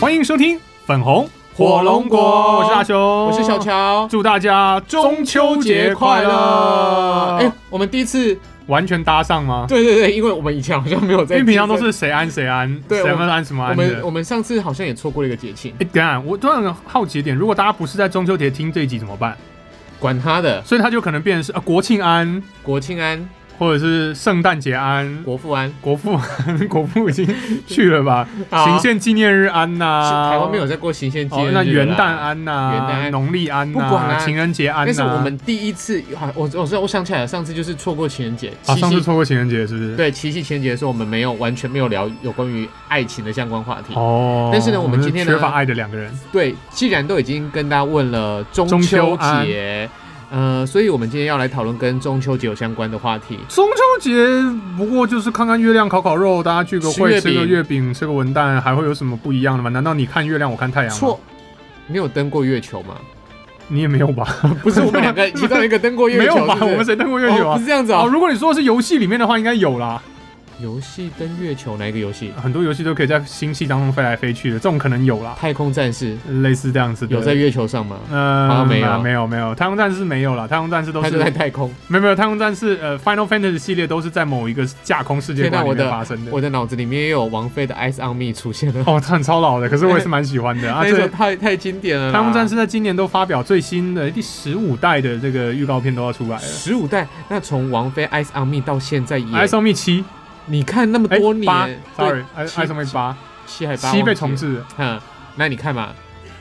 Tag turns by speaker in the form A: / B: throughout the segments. A: 欢迎收听粉红
B: 火龙果
A: 我是大雄，我
B: 我是小，乔，
A: 祝大家中秋节快乐！
B: 哎、我们第一次，
A: 完全搭上吗？
B: 对对对，因为我们以前好像没有在，
A: 因为平常都是谁安谁安，
B: 对
A: 谁
B: 我
A: 安
B: 们
A: 安什么
B: 我
A: 安的。
B: 们我们上次好像也错过了一个节庆，
A: 哎，等一下，我突然有好奇一点，如果大家不是在中秋节听这一集怎么办？
B: 管他的，
A: 所以它就可能变成是、呃、国庆安，
B: 国庆安、
A: 或者是圣诞节安，
B: 国父安，
A: 国父 国父已经去了吧？
B: 好
A: 行宪纪念日安呐、
B: 啊台湾没有在过行宪纪
A: 哦
B: 念日、，
A: 那元旦。安呐、
B: 元旦安
A: 农历安呐、
B: 不管啦
A: 情人节安呐、
B: 但是我们第一次，啊我我知道，我想起来了，上次就是错过情人节，
A: 啊，
B: 七
A: 上次
B: 夕
A: 错过情人节是不是？。
B: 对七夕情人节的时候，我们没有完全没有聊有关于爱情的相关话题。
A: 哦，
B: 但是呢我们今天呢
A: 缺乏爱的两个人，
B: 对，既然都已经跟大家问了中
A: 中秋
B: 秋
A: 安
B: 节，呃，所以我们今天要来讨论跟中秋节有相关的话题。
A: 中秋节不过就是看看月亮、烤烤肉，大家聚个会，
B: 吃
A: 吃
B: 月饼
A: 个月饼，吃个文旦，还会有什么不一样的吗？难道你看月亮，我看太阳？
B: 错，，你有登过月球 吗？
A: 你也没有 吧？
B: 不是我们两个其中一个登过月
A: 没
B: 球，
A: 有吧？
B: 是不
A: 我
B: 是
A: 们谁登过月球
B: 哦
A: 啊
B: 不？是这样子
A: 哦，
B: 哦。
A: 如果你说是游戏里面的话，应该有啦。
B: 游戏登月球哪一个游戏？
A: 很多游戏都可以在星系当中飞来飞去的，这种可能有啦，
B: 太空战士
A: 类似这样子的。
B: 有在月球上吗？
A: 呃，
B: 好像没有
A: 啊没有，没有。太空战士没有啦，太空战士都
B: 它
A: 是
B: 就在太空。
A: 没有没有，太空战士呃，Final Fantasy 系列都是在某一个架空世界
B: 天哪
A: 观里
B: 我
A: 面
B: 的
A: 发生的。
B: 我的脑子里面也有王菲的《Eyes on Me》出现了，
A: 哦，它很超老的，可是我也是蛮喜欢的。啊，
B: 那一首
A: 这
B: 太太经典了啦。
A: 太空战士在今年都发表最新的第十五代的这个预告片都要出来了。
B: 十五代，那从王菲《Eyes on Me》到现在也
A: i s o m e 七，
B: 你看那么
A: 哎
B: 多
A: 八
B: 年，对，
A: ，sorry，i
B: 七
A: s o m e 八，
B: 七还八
A: 七被
B: 忘记
A: 重
B: 了。
A: 置了。
B: 嗯，那你看嘛，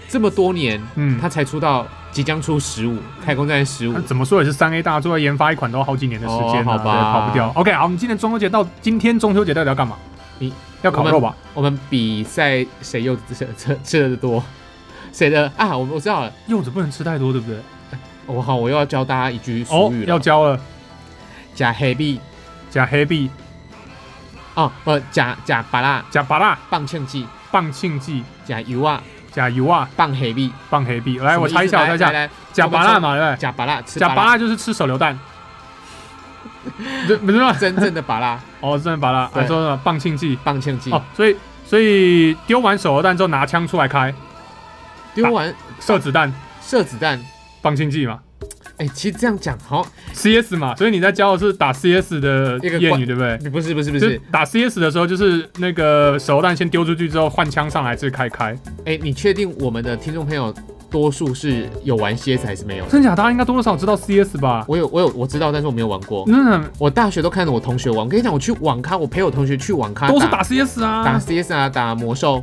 B: 这么多年，
A: 嗯
B: 他，才出到即将出十五，太空战士十五
A: 那，怎么说也是三 A 大作，研发一款都要好几年的时间、啊，
B: 哦好吧
A: 对跑不掉。OK，好，我们今天中秋节到今天中秋节到底要干嘛？
B: 你
A: 要烤
B: 我们
A: 肉吧？
B: 我们比赛谁又吃吃吃的多， 谁的啊？我我知道了，
A: 柚子不能吃太多，对不对？
B: 我好，我又要教大家一句俗
A: 哦
B: 语，了，
A: 要交了，
B: 假黑币
A: 加黑币，
B: 哦，不假假巴拉
A: 加巴拉，
B: 棒庆记，
A: 棒庆记，
B: 假油啊
A: 加油啊，
B: 棒黑币。
A: 棒黑币。来，
B: 什么
A: 我
B: 意
A: 猜一
B: 思
A: 下，我
B: 来
A: 猜一下，
B: 来来
A: 假巴拉嘛，对不对？
B: 假巴拉吃
A: 假巴
B: 拉，
A: 拉就是吃手榴弹， 对，不是吗？
B: 真正的巴拉
A: 哦，真的巴拉，还
B: 对嗯
A: 说什么棒庆记
B: 棒庆 记
A: 哦，所以所以丢完手榴弹之后拿枪出来开
B: 丢完
A: 射子弹，
B: 射子弹，
A: 棒庆记嘛
B: 哎，其实这样讲好，
A: ，CS 嘛，所以你在教的是打 CS 的
B: 一个
A: 谚
B: 关
A: 语对不对？
B: 不是不是不，
A: 就是打 CS 的时候，就是那个手榴弹先丢出去之后换枪上来自己开开，
B: 哎，你确定我们的听众朋友多数是有玩 CS 还是没有？
A: 真假大家应该多多少少知道 CS 吧？
B: 我有我有我知道，但是我没有玩过。
A: 那
B: 我大学都看着我同学玩，我跟你讲，我去网咖，我陪我同学去网咖，
A: 都是打 CS 啊，
B: 打 CS 啊，打魔兽，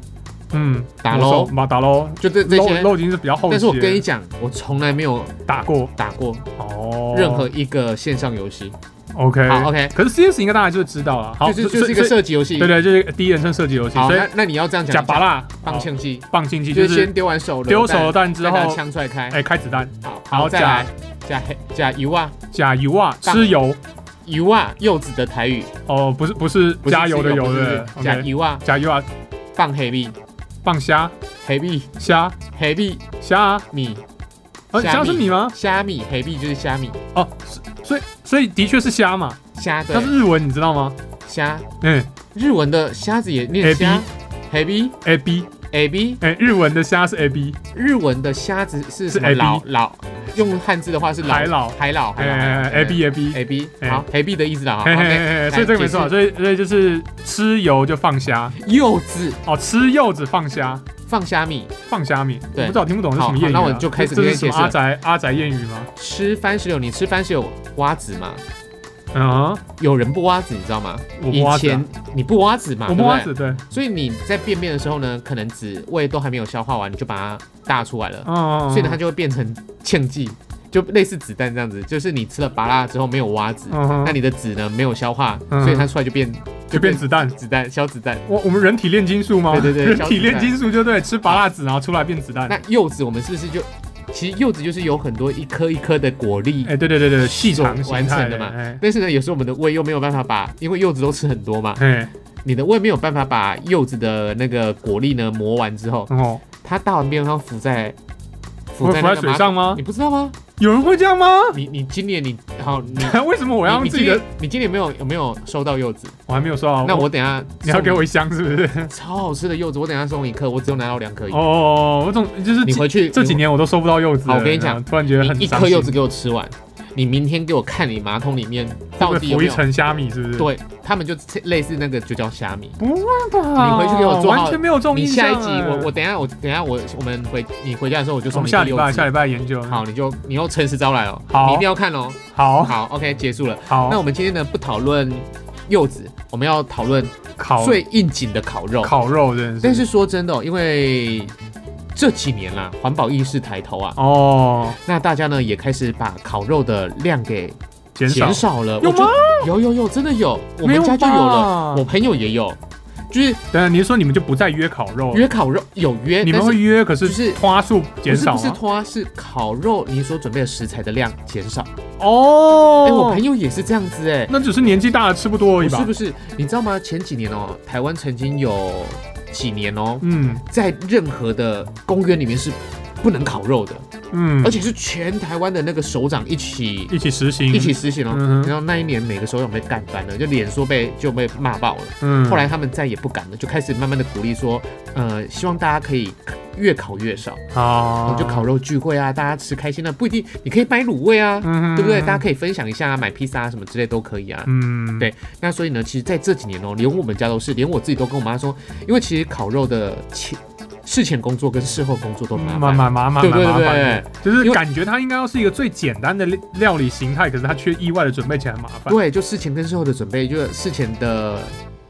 A: 嗯
B: 打
A: 魔兽
B: 咯
A: 嘛打喽，
B: 就这这
A: 肉
B: 些。
A: 肉已经是比较后期了，
B: 但是我跟你讲，我从来没有
A: 打过
B: 打过
A: 哦，
B: 任何一个线上游戏。
A: OK
B: 好，OK，
A: 可是 CS 应该大家就知道了，好，
B: 就是
A: 所以
B: 就是一
A: 所
B: 个
A: 以
B: 射击游戏。
A: 对对，就是一个第一人称射击游戏，
B: 好，
A: 所以
B: 那那你要这样
A: 假
B: 讲，
A: 巴拉
B: 棒庆记，
A: 棒竞技
B: 就
A: 就是是
B: 先丢完手榴
A: 丢
B: 弹，
A: 手榴弹之
B: 再拿
A: 后，
B: 枪出来开。
A: 哎，开子弹，
B: 好，
A: 好
B: 好，再
A: 假
B: 来，加黑加油啊
A: 加油啊，
B: 棒
A: 吃油
B: 油啊，柚子的台语，
A: 哦，不是不是
B: 不是哦
A: 加油的油
B: 不是
A: 的
B: 不是加
A: ，OK，
B: 油啊，
A: 加油啊，
B: 棒黑币，
A: 棒虾
B: 黑币，
A: 虾
B: 黑币
A: 虾啊，
B: 米。
A: 呃
B: 虾
A: 虾
B: 米
A: 是米吗？
B: 虾米黑币就是虾米，
A: 哦，是所以所以的确是虾嘛，
B: 虾对
A: 它是日文你知道吗？
B: 虾，
A: 嗯
B: 日文的虾子也念
A: AB
B: 虾，黑币
A: ，A B，
B: A B，
A: 哎，日文的虾是 A B，
B: 日文的虾子是什么
A: AB
B: 老老，用汉字的话是老
A: 海老
B: 海老海
A: 哎
B: 老
A: ，A B A B，
B: A B，
A: 哎
B: 好黑币的意思啦，好
A: 嘿嘿
B: OK，
A: 嘿嘿，
B: 来
A: 所以这个没错，
B: 解释
A: 所以所以就是吃油就放虾，
B: 柚子
A: 哦，吃柚子放虾，
B: 放虾米，
A: 放虾米，我
B: 对
A: 不知道听不懂是什么
B: 好
A: 谚语啊，
B: 好那我就开始
A: 这
B: 跟
A: 是
B: 你
A: 什么
B: 解释
A: 阿宅阿宅谚语吗？
B: 吃番石榴，你吃番石榴挖籽吗？
A: 嗯，
B: 有人不挖籽，你知道吗？
A: 我
B: 以
A: 不挖籽啊
B: 前你不挖籽嘛，
A: 我
B: 对
A: 摸
B: 不
A: 蛙
B: 对
A: 子，对，
B: 所以你在便便的时候呢，可能籽味都还没有消化完，你就把它大出来了。
A: 嗯，
B: 所以呢，它就会变成嵌剂，就类似子弹这样子，就是你吃了拔蜡之后没有挖籽，
A: 嗯
B: 那
A: 哼
B: 你的籽呢没有消化，
A: 嗯
B: 所以它出来就变
A: 就变子弹。
B: 子弹小子弹。
A: 我我们人体炼金术吗？
B: 对对对
A: 人
B: 小
A: 体
B: 子弹
A: 炼金术就对，吃拔蜡子然后出来变子弹。
B: 那柚子我们是不是就，其实柚子就是有很多一颗一颗的果粒，
A: 哎，对对对对，细
B: 所
A: 长
B: 完
A: 形态
B: 成的嘛
A: 哎
B: 但是呢，有时候我们的胃又没有办法把，因为柚子都吃很多嘛，
A: 哎，
B: 你的胃没有办法把柚子的那个果粒呢磨完之后，
A: 哦，
B: 它大完便它浮在浮
A: 会
B: 在
A: 浮
B: 那
A: 在
B: 个
A: 水
B: 马桶
A: 上吗
B: 你不知道吗？
A: 有人会这样吗？
B: 你你今年你好，你
A: 为什么我要让
B: 你
A: 自己的
B: 你？今天你今天有没有有没有收到柚子？
A: 我还没有收到，
B: 那我等一下
A: 你要给
B: 送
A: 我一箱是不是？
B: 你超好吃的柚子，我等一下送你一颗，我只有拿到两颗。
A: 哦，我总就是
B: 你
A: 这
B: 回去
A: 这几
B: 你
A: 年我都收不到柚子了。
B: 好我跟你讲
A: 然后突然觉得很
B: 你一
A: 伤
B: 颗
A: 心
B: 柚子给我吃完，你明天给我看你马桶里面到
A: 会
B: 底有
A: 浮
B: 没
A: 一
B: 有。
A: 层虾米是不是？，
B: 对他们就类似那个就叫虾米。
A: 不会吧？
B: 你回去给我做好
A: 完全没有这种
B: 你
A: 印
B: 下
A: 象
B: 一
A: 啊。
B: 集我我等一下我等一下我我们回你回家的时候我就
A: 我
B: 送
A: 们
B: 你
A: 下
B: 一
A: 礼
B: 个
A: 拜
B: 柚
A: 下
B: 子。
A: 礼拜研究。
B: 好，你就你又诚实招来哦，
A: 好
B: 你一定要看哦。
A: 好
B: 好，OK，结束了。
A: 好，
B: 那我们今天呢不讨论柚子，我们要讨论
A: 烤
B: 最应景的烤肉。
A: 烤肉真的是，
B: 但是说真的、哦，因为这几年啦，环保意识抬头啊，
A: 哦，
B: 那大家呢也开始把烤肉的量给
A: 减少
B: 减少了。
A: 有
B: 我就
A: 吗？
B: 有有有，真的有，我
A: 没
B: 们
A: 有
B: 家就有了，
A: 吧
B: 我朋友也有，就是
A: 当然，你是说你们就不再约烤肉？
B: 约烤肉有约，
A: 你们
B: 但
A: 会
B: 是
A: 约，可
B: 就是是
A: 花束减少
B: 不是
A: 吗
B: 不是拖啊，是烤肉你所准备的食材的量减少。
A: 哦
B: 哎、我朋友也是这样子哎、
A: 那只是年纪大了吃不多而已
B: 不
A: 吧？
B: 是不是，你知道吗？前几年哦，台湾曾经有几年哦，
A: 嗯
B: 在任何的公园里面是不能烤肉的，
A: 嗯，
B: 而且是全台湾的那个首长一起
A: 一起实行，
B: 一起实行哦。
A: 嗯哼
B: 然后那一年每个首长被干翻了，就脸书被就被骂爆了。
A: 嗯，
B: 后来他们再也不敢了，就开始慢慢的鼓励说，呃，希望大家可以越烤越少，然
A: 好
B: 后就烤，肉聚会啊，大家吃开心的，不一定你可以买卤味啊，
A: 嗯哼
B: 对不对？大家可以分享一下啊，买披萨啊什么之类都可以啊。
A: 嗯
B: 对那所以呢，其实在这几年哦，连我们家都是，连我自己都跟我妈说，因为其实烤肉的前事前工作跟事后工作都很麻
A: 蛮
B: 烦，
A: 蛮蛮蛮
B: 对
A: 蛮
B: 对
A: 麻烦
B: 对
A: 的，就
B: 因
A: 是
B: 为
A: 感觉它应该要是一个最简单的料理形态，可是它却意外的准备起来很麻烦，
B: 对，就事前跟事后的准备，就是事前的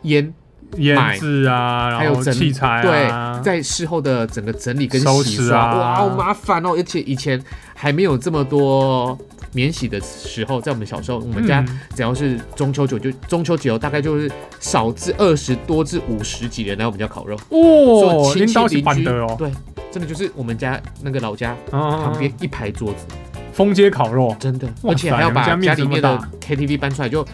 B: 腌，
A: 腌制啊，然
B: 还有
A: 后
B: 整
A: 器材啊，
B: 对，在事后的整个整理跟
A: 收
B: 洗
A: 拾
B: 刷，
A: 啊
B: 哇，好麻烦哦！而且以前还没有这么多免洗的时候，在我们小时候，我们家
A: 嗯
B: 只要是中秋酒，就中秋节哦，大概就是少至二十多至五十几人来我们家烤肉，
A: 哦，
B: 所以
A: 拎刀是
B: 亲戚邻
A: 板
B: 居
A: 的哦，嗯
B: 对，真的就是我们家那个老家旁
A: 旁
B: 边一排桌子，
A: 风嗯街烤肉，
B: 真的，
A: 哇
B: 而且还要把
A: 你们
B: 家
A: 家面
B: 里面
A: 这么
B: 的
A: 大
B: KTV 搬出来，就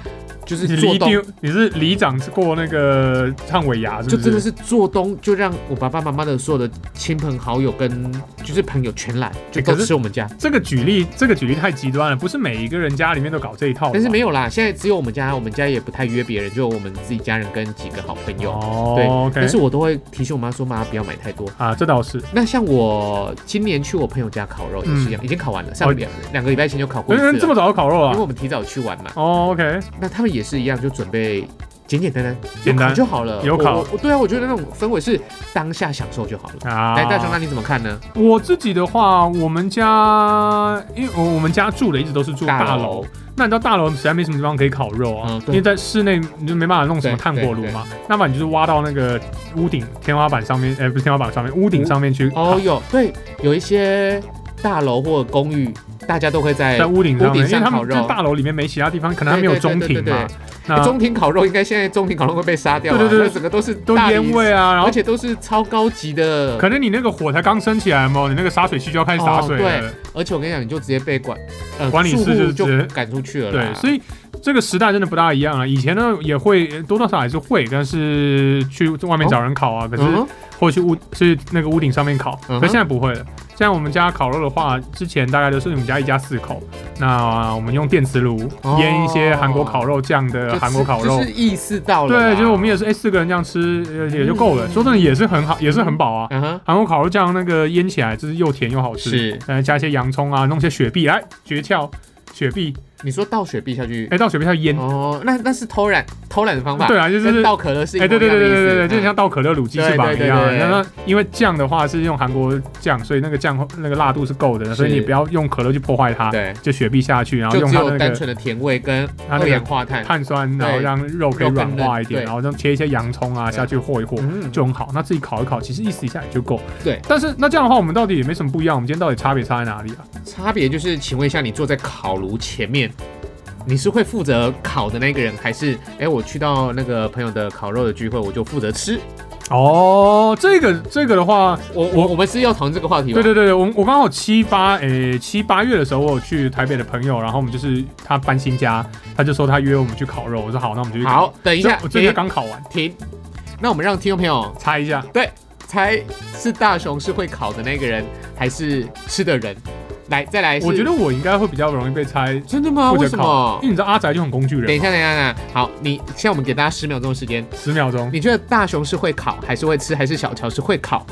B: 就是
A: 你
B: 做
A: 里
B: 动。
A: 丢你是里长过那个唱尾牙是
B: 就
A: 不
B: 真的
A: 是？
B: 是做东，就让我爸爸妈妈的所有的亲朋好友跟就是朋友全来，就
A: 欸可
B: 都
A: 是
B: 吃我们家。
A: 这个举例，这个举例太极端了，不是每一个人家里面都搞这一套的吧。
B: 但是没有啦，现在只有我们家，我们家也不太约别人，就我们自己家人跟几个好朋友。
A: 哦，
B: 对
A: o k
B: 但是我都会提醒我妈说，妈不要买太多。
A: 啊，这倒是。
B: 那像我今年去我朋友家烤肉也是一样，已经烤完了，上两两个礼拜前就烤过
A: 嗯，
B: 一次
A: 哦嗯这
B: 了，
A: 么早就烤肉
B: 因为
A: 啊？
B: 我们提早去玩嘛。
A: 哦，OK，
B: 那他们也是一样，就准备简简单单，
A: 简单
B: 有烤就好了。
A: 有
B: 我
A: 烤
B: 我我对啊，我觉得那种氛围是当下享受就好了。
A: 啊，
B: 哎，大雄，那你怎么看呢？
A: 我自己的话，我们家因为我我们家住的一直都是住大楼，，那你知道大楼实在没什么地方可以烤肉啊，
B: 嗯对
A: 因为在室内你就没办法弄什么
B: 对
A: 炭火炉嘛，那么你就是挖到那个屋顶天花板上面，哎、不是天花板上面，屋顶上面去烤
B: 哦，有对，有一些大楼或公寓，大家都会在
A: 在屋顶上
B: 屋顶
A: 面，因为
B: 上
A: 他们
B: 烤
A: 就
B: 肉
A: 是大楼里面没其他地方，可能还没有中庭
B: 对对对
A: 嘛
B: 对对，
A: 那
B: 中庭烤肉，应该现在中庭烤肉会被杀掉、啊，
A: 对对对
B: 那整个都是
A: 都
B: 大理
A: 烟味啊，然后
B: 而且都是超高级的。
A: 可能你那个火才刚升起来嘛，你那个洒水器就要开始洒水
B: 哦
A: 了。
B: 而且我跟你讲，你就直接被管呃
A: 管理
B: 住
A: 室
B: 户
A: 就
B: 就
A: 直接
B: 赶出去了
A: 对
B: 啦。
A: 所
B: 以
A: 以这个时代真的不大一样啊了。以前呢也会多多少少还是会，但是去外面找人烤啊，可是、
B: 嗯哼
A: 或者去屋去那个屋顶上面烤，
B: 嗯哼
A: 可是现在不会了。现在我们家烤肉的话，之前大概都是我们家一家四口，那我们用电磁炉
B: 哦
A: 腌一些韩国烤肉酱
B: 就
A: 的
B: 是
A: 呃韩国烤肉
B: 就。是意识到了啦。
A: 对，就是我们也是哎、四个人这样吃呃也就够了。
B: 嗯
A: 说真的也是很好，也是很饱啊。
B: 嗯哼
A: 韩国烤肉酱那个腌起来就是又甜又好吃，
B: 是
A: 呃，加一些洋葱啊，弄些雪碧，来诀窍，雪碧，
B: 你说倒雪碧下去
A: 哎、，到雪碧要腌，
B: 哦，那那是偷懒偷懒的方法，
A: 对啊，就
B: 跟
A: 是，
B: 倒可乐是一
A: 哎、对对对对对对对，就
B: 这
A: 很像倒可乐卤鸡翅膀
B: 嗯对
A: 一
B: 对
A: 样。啊
B: 对对对
A: 那因为酱的话是用韩国酱，所以那个酱那个辣度是够的，所以
B: 是
A: 你不要用可乐去破坏它，
B: 嗯对，
A: 就雪碧下去，然后
B: 就
A: 用
B: 只
A: 它
B: 有
A: 那
B: 单
A: 个
B: 纯的甜味跟
A: 它那个
B: 二氧化碳。
A: 碳酸，然后
B: 对
A: 让肉可以
B: 肉更
A: 软化
B: 嫩
A: 一点，
B: 对
A: 然后这样切一些洋葱啊
B: 对
A: 下去和一和。
B: 嗯
A: 就很好，那自己烤一烤，其实意思一下也就够。
B: 对，
A: 但是那这样的话，我们到底也没什么不一样。我们今天到底差别差在哪里啊？
B: 差别就是，请问一下，你坐在烤炉前面，你是会负责烤的那个人，还是哎、我去到那个朋友的烤肉的聚会，我就负责吃？
A: 哦，这个这个的话，
B: 我我我们是要讨论这个话题吗？
A: 对对对对，我我刚好七八诶、七八月的时候，我有去台北的朋友，然后我们就是他搬新家，他就说他约我们去烤肉，我说好，那我们就去烤。
B: 好，等一
A: 这，
B: 下，
A: 我这才
B: 停
A: 刚烤完，
B: 停。那我们让听众朋友
A: 猜一下，
B: 猜是大雄是会烤的那个人，还是吃的人？来，再来是，
A: 我觉得我应该会比较容易被猜
B: 真的吗？
A: 负
B: 为
A: 责
B: 什
A: 考，
B: 么
A: 因为？你知道阿宅就很工具
B: 等
A: 人
B: 一
A: 嘛，
B: 下，等一下，等一下，好，你现在我们给大家十秒钟的时间，
A: 十秒钟
B: 你觉得大雄是会烤，还是会吃，还是小乔是会烤？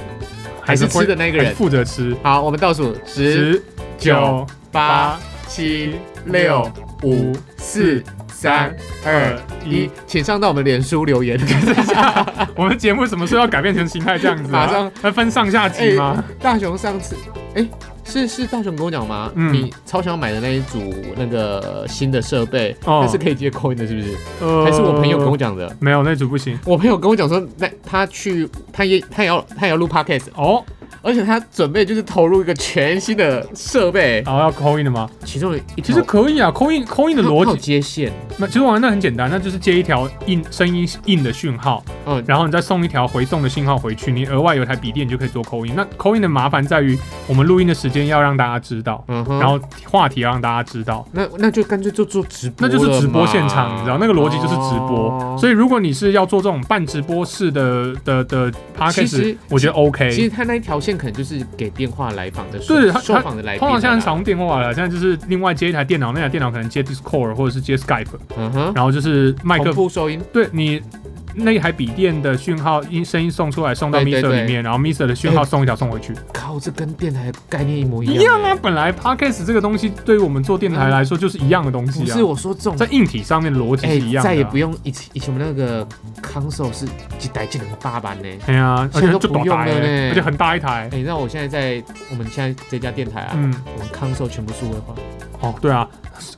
B: 还是
A: 会
B: 吃的那个人
A: 还是负责吃，
B: 好，我们倒数十、
A: 十九
B: 八、七、六、五、四、三、二、一，，请上到我们脸书留言。
A: 我们节目什么时候要改变成形态这样子、啊？
B: 马上
A: 要分上下集吗？
B: 大雄上次，哎、是是大雄跟我讲吗？
A: 嗯
B: 你超想买的那一组那个新的设备，
A: 哦
B: 那是可以接 coin 的，是不是？
A: 呃
B: 哎还是我朋友跟我讲的？
A: 没有那组不行
B: 我朋友跟我讲说，那他去，他也他也要他也要录 podcast，
A: 哦，
B: 而且他准备就是投入一个全新的设备，
A: 然后要扣印的吗？
B: 其中一
A: 啊其
B: 条
A: 实可以 啊，扣印扣印的
B: 它
A: 逻
B: 它有
A: 辑，
B: 接线，
A: 那其实我那很简单，那就是接一条印声音印的讯号，
B: 嗯，
A: 然后你再送一条回送的信号回去，你额外有台笔电你就可以做扣印。那扣印的麻烦在于，我们录音的时间要让大家知道，
B: 嗯哼，
A: 然后话题要让大家知道。
B: 那那就干脆就做直播，哦
A: 那就是直播现场，你知道那个逻辑就是直播。所
B: 以
A: 以如果你是要做这种半直播式的的的 p o d c
B: 其
A: a s
B: 实
A: t 我觉得 OK。
B: 其实他那一条线可能就是给电话来访的，
A: 对他
B: 受
A: 他
B: 访的来宾
A: 通
B: 啊，
A: 常现在很少用电话了，现在就是另外接一台电脑，那台电脑可能接 Discord 或者是接 Skype，
B: 嗯哼，
A: 然后就是麦克
B: 同步收音，
A: 对你那一台笔电的讯号音声音送出来，送到
B: 对对
A: Mister
B: 对
A: 里面，然后 Mister 的讯号送一条送回去，
B: 靠，这跟电台概念一模一
A: 一
B: 样
A: 样
B: 欸
A: 啊。。本来 Podcast 这个东西对于我们做电台来说就是一样的东
B: 不
A: 西啊
B: 是，我说这种
A: 在。硬体上面的逻辑
B: 哎
A: 是一，样的啊。
B: 再也不用以前以前我们那个 console 是一台技能八班呢。
A: 哎呀，而
B: 现在
A: 且
B: 都
A: 就
B: 不
A: 多
B: 用
A: 大
B: 了
A: 欸
B: 呢
A: 而且很大一台
B: 哎，。你知道我现在在我们现在这家电台啊，
A: 嗯，
B: 我们 console 全部数位化，
A: 哦，对啊，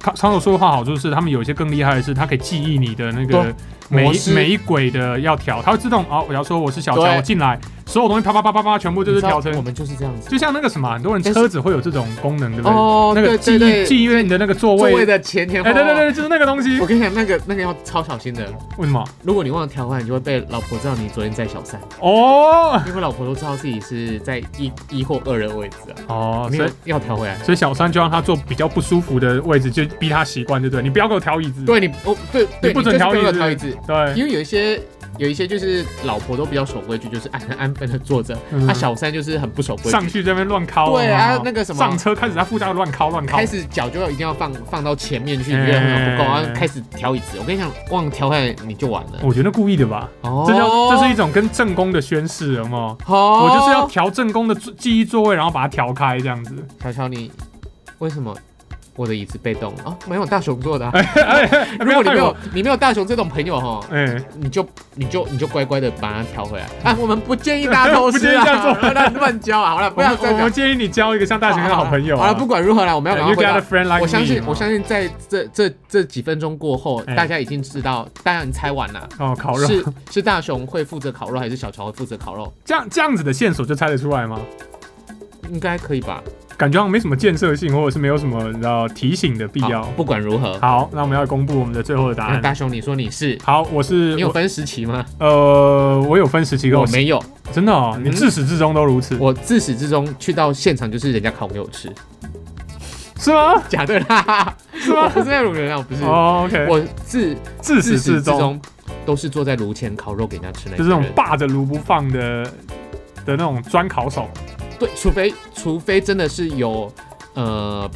A: 长长手说的话好处是，他们有一些更厉害的是，它可以记忆你的那个
B: 对
A: 每
B: 模
A: 一
B: 式
A: 每一轨的要调，它会自动哦，我要说我是小乔，
B: 对
A: 我进来，所有东西啪啪啪啪啪，全部就是
B: 你知道
A: 调成
B: 我，们就是这样子。
A: 就像那个什么，很多人车子会有这种功能，对不对？
B: 哦，
A: 那个
B: 对
A: 记
B: 对
A: 忆
B: 对，
A: 记忆你的那个座
B: 座位
A: 位，
B: 的哦前前后
A: 哎，
B: 后。
A: 对对对，就是那个东西
B: 我。跟你讲，那个那个要超小心的。
A: 为什么？
B: 如果你忘了调换，你就会被老婆知道你昨天在小三，
A: 哦
B: 因为老婆都知道自己是在一一或二的位置啊，
A: 哦，
B: 没
A: 所
B: 有
A: 以
B: 要调回来。
A: 所以小三就让他坐比较不舒服的位置，就逼他习惯，对不对？你不要给我调椅子。
B: 对你，哦，对对，
A: 不准
B: 就是
A: 调
B: 不
A: 椅
B: 要
A: 子
B: 调椅子，
A: 对，
B: 因为有一些有一些就是老婆都比较守规矩，就是啊 安安分的坐着，
A: 嗯
B: 啊，小三就是很不守规
A: 上
B: 矩。
A: 去这边乱敲。
B: 对
A: 有没
B: 啊
A: 有，
B: 那个什
A: 上
B: 么，
A: 车开始在副驾乱敲乱敲
B: 开。始脚就要一定要放放到前面去，
A: 哎
B: 你觉得很不够，然后开始调椅子。我跟你讲，忘了调回来你就完了。
A: 我觉得故意的吧，
B: 哦
A: 嗯这叫这是一种跟正宫的宣誓，有没有？
B: 哦
A: 我就是要调正宫的座记忆座位，然后把它调开这样子。
B: 乔乔，你为什么我的椅子被动了？哦，没有大熊做的、啊。如
A: 哎不要
B: 果你
A: 害
B: 没有
A: 我，
B: 你没有大熊这种朋友哈，
A: 哎，
B: 你就你就你就乖乖的把它调回来啊。我们不建议大家偷
A: 嗯 不
B: 吃
A: 建议这样
B: 啊，
A: 做
B: 不要乱交啊。好了，不
A: 我
B: 要
A: 们
B: 这
A: 我
B: 样
A: 们。建议你交一个像大学一样的好朋友啊。
B: 好了，不管如何了，我们要赶
A: 哎
B: 快
A: ，You
B: 回
A: got a
B: 答。
A: friend like me
B: 我相信，我相
A: 信。
B: 信在这这这几分钟过后，
A: 哎
B: 大家已经知道，当然你猜完了，
A: 哦，烤肉
B: 是是大雄会负责烤肉，还是小乔会负责烤肉？
A: 这样这样子的线索就猜得出来吗？
B: 应该可以吧？
A: 感觉好像没什么建设性，或者是没有什么你知道提醒的必要
B: 好。不管如何，
A: 好，那我们要公布我们的最后的答
B: 那大
A: 案。
B: 雄，你说你是
A: 好，我是
B: 你有
A: 我
B: 分时期吗？
A: 呃，我有分十七个，
B: 我没有，
A: 真的哦，你
B: 嗯
A: 自始至终都如此，
B: 我自始至终去到现场就是人家烤给我吃，
A: 是吗？
B: 假的啦，
A: 是
B: 我
A: 吗？
B: 不是那种人啊，我不 是，
A: 哦，OK，
B: 我自
A: 自
B: 自
A: 始
B: 始
A: 至
B: 至
A: 终。
B: 终都是坐在炉前烤肉给人家吃那
A: 就
B: 种
A: 是那种
B: 人
A: 霸着炉不放的的那种专烤手。
B: 对，除非除非真的是有呃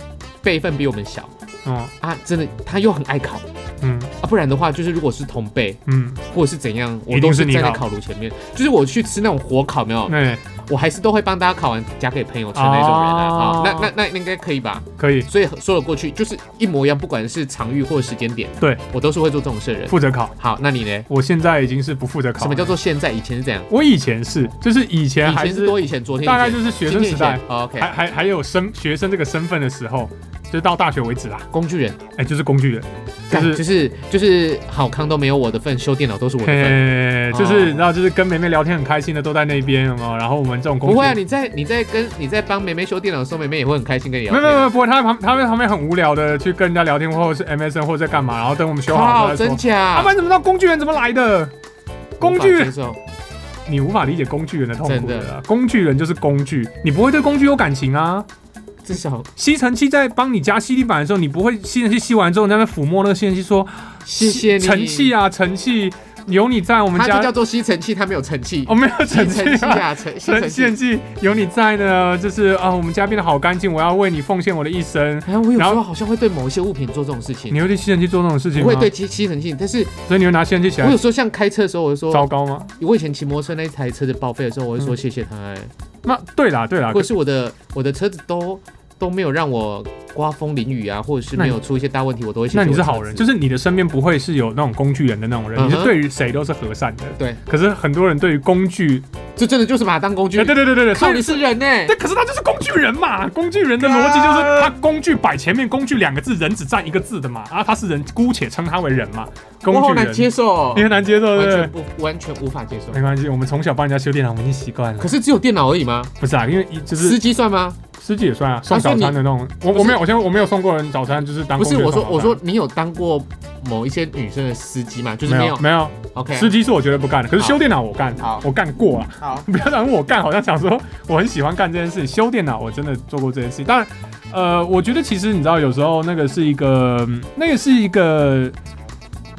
B: 辈分比我们小
A: 嗯
B: 啊，真的他又很爱烤
A: 嗯
B: 啊，不然的话就是如果是同辈
A: 嗯，
B: 或者是怎样，我
A: 一
B: 都
A: 定是
B: 是
A: 你
B: 站在
A: 烤
B: 烤炉前面，就是我去吃那种火烤没有，
A: 哎、
B: 我还是都会帮大家烤完夹给朋友吃那种人啊，
A: 哦
B: 好，那那那那应该可以吧？
A: 可以
B: 所以说得过去，就是一模一样，不管是场域或时间点，
A: 对
B: 我都是会做这种事的人。
A: 负责烤。
B: 好，那你呢？
A: 我现在已经是不负责烤。欸
B: 什么叫？做现在？以前是怎样？
A: 我以前是，就是以前
B: 以
A: 还
B: 前是多以前，昨天以
A: 大
B: 前
A: 概就是学生时代
B: 今天以，前哦 OK，
A: 还还还有生学生这个身份的时候，就是到大学为止啦。
B: 工具人，
A: 哎、就是工具人，就
B: 干
A: 是
B: 就。是就是好康都没有我的份，修电脑都是我的份。
A: 嘿，就
B: 哦
A: 是你知道，就是跟梅梅聊天很开心的都在那边，有没有？然后我们这种工
B: 不
A: 具
B: 会啊，
A: 人，
B: 你在你在跟你在帮妹妹修电脑的时候，妹妹也会很开心跟你聊
A: 没有没
B: 天。
A: 有没有，不会，他在旁他在旁边很无聊的去跟人家聊天，或者是 MSN 或者在干嘛，然后等我们修好
B: 靠，
A: 了再说
B: 真。假？
A: 阿、啊、不然怎么知道工具人怎么来的？工具
B: 无法
A: 人
B: 接，受
A: 你无法理解工具人的痛苦
B: 真
A: 的啦。工具人就是工具，你不会对工具有感情啊。
B: 至少
A: 吸尘器在帮你加吸地板的时候，你不会吸尘器吸完之后，你在那边抚摸那个吸尘器说
B: 谢谢你。
A: 尘器啊，尘器。有你在我们
B: 它就
A: 家哦
B: 叫，做吸尘器，它没有尘器
A: 我。没 有
B: 吸
A: 成绩
B: 尘器啊，尘吸尘
A: 神仙
B: 器。
A: 记有你在呢，就是啊，我们家变得好干净，我要为你奉献我的一生。
B: 哎，我有时
A: 然后
B: 候好像会对某一些物品做这种事情
A: 你，会对吸尘器做那种事情
B: 不
A: 吗？
B: 会对，吸吸尘器，但是
A: 所以你会拿吸尘器起
B: 我
A: 来
B: 有时候像开车的时候，我就
A: 糟
B: 说，
A: 糕吗？
B: 我以前骑摩托车那台车子报废的时候，我就
A: 嗯
B: 说谢谢他，哎
A: 那对啦，对啦，
B: 或者是我的我的车子都都没有让我刮风淋雨啊，或者是
A: 那
B: 没
A: 你
B: 有出一些大问题，我都会谢谢
A: 那
B: 我
A: 你
B: 的车子。
A: 是好人，就是你的身边不会是有那种工具人的那种人，
B: 嗯哼
A: 你是对于谁都是和善的。
B: 对，
A: 可是很多人对于工具，
B: 这真的就是把它当工具
A: 哎，对。对对对对，所
B: 靠，
A: 以
B: 你是人呢，
A: 对，可是他就是工具人嘛，工具人的逻辑
B: 啊
A: 就是他工具摆前面，工具两个字，人只占一个字的嘛，啊，他是人，姑且称他为人嘛，工
B: 我好
A: 具
B: 难
A: 人，
B: 接受哦，
A: 你很难接受，对
B: 完
A: 不对
B: 全？不完全无法接受。
A: 没关系，我们从小帮人家修电脑，我们已经习惯了
B: 可。是只有电脑而已吗？
A: 不是啊，因为一就是
B: 司机算吗？
A: 司机也算啊，送
B: 啊所以
A: 早
B: 你
A: 餐的那种。我
B: 不
A: 我
B: 是
A: 没有，我先我没有送过人早餐，就是当
B: 不是，
A: 工具
B: 我说
A: 送
B: 我
A: 早餐
B: 说你有当过某一些女生的司机吗？就是
A: 没
B: 没
A: 有
B: 有。
A: 没有，
B: OK，啊
A: 司机是我绝对不干的，可是
B: 好
A: 修电脑我干
B: 好，
A: 我干过啊。
B: 好，
A: 不要讲我干，好像想说我很喜欢干这件事。修电脑我真的做过这件事，当然，呃，我觉得其实你知道，有时候那个是一个，嗯那个是一个，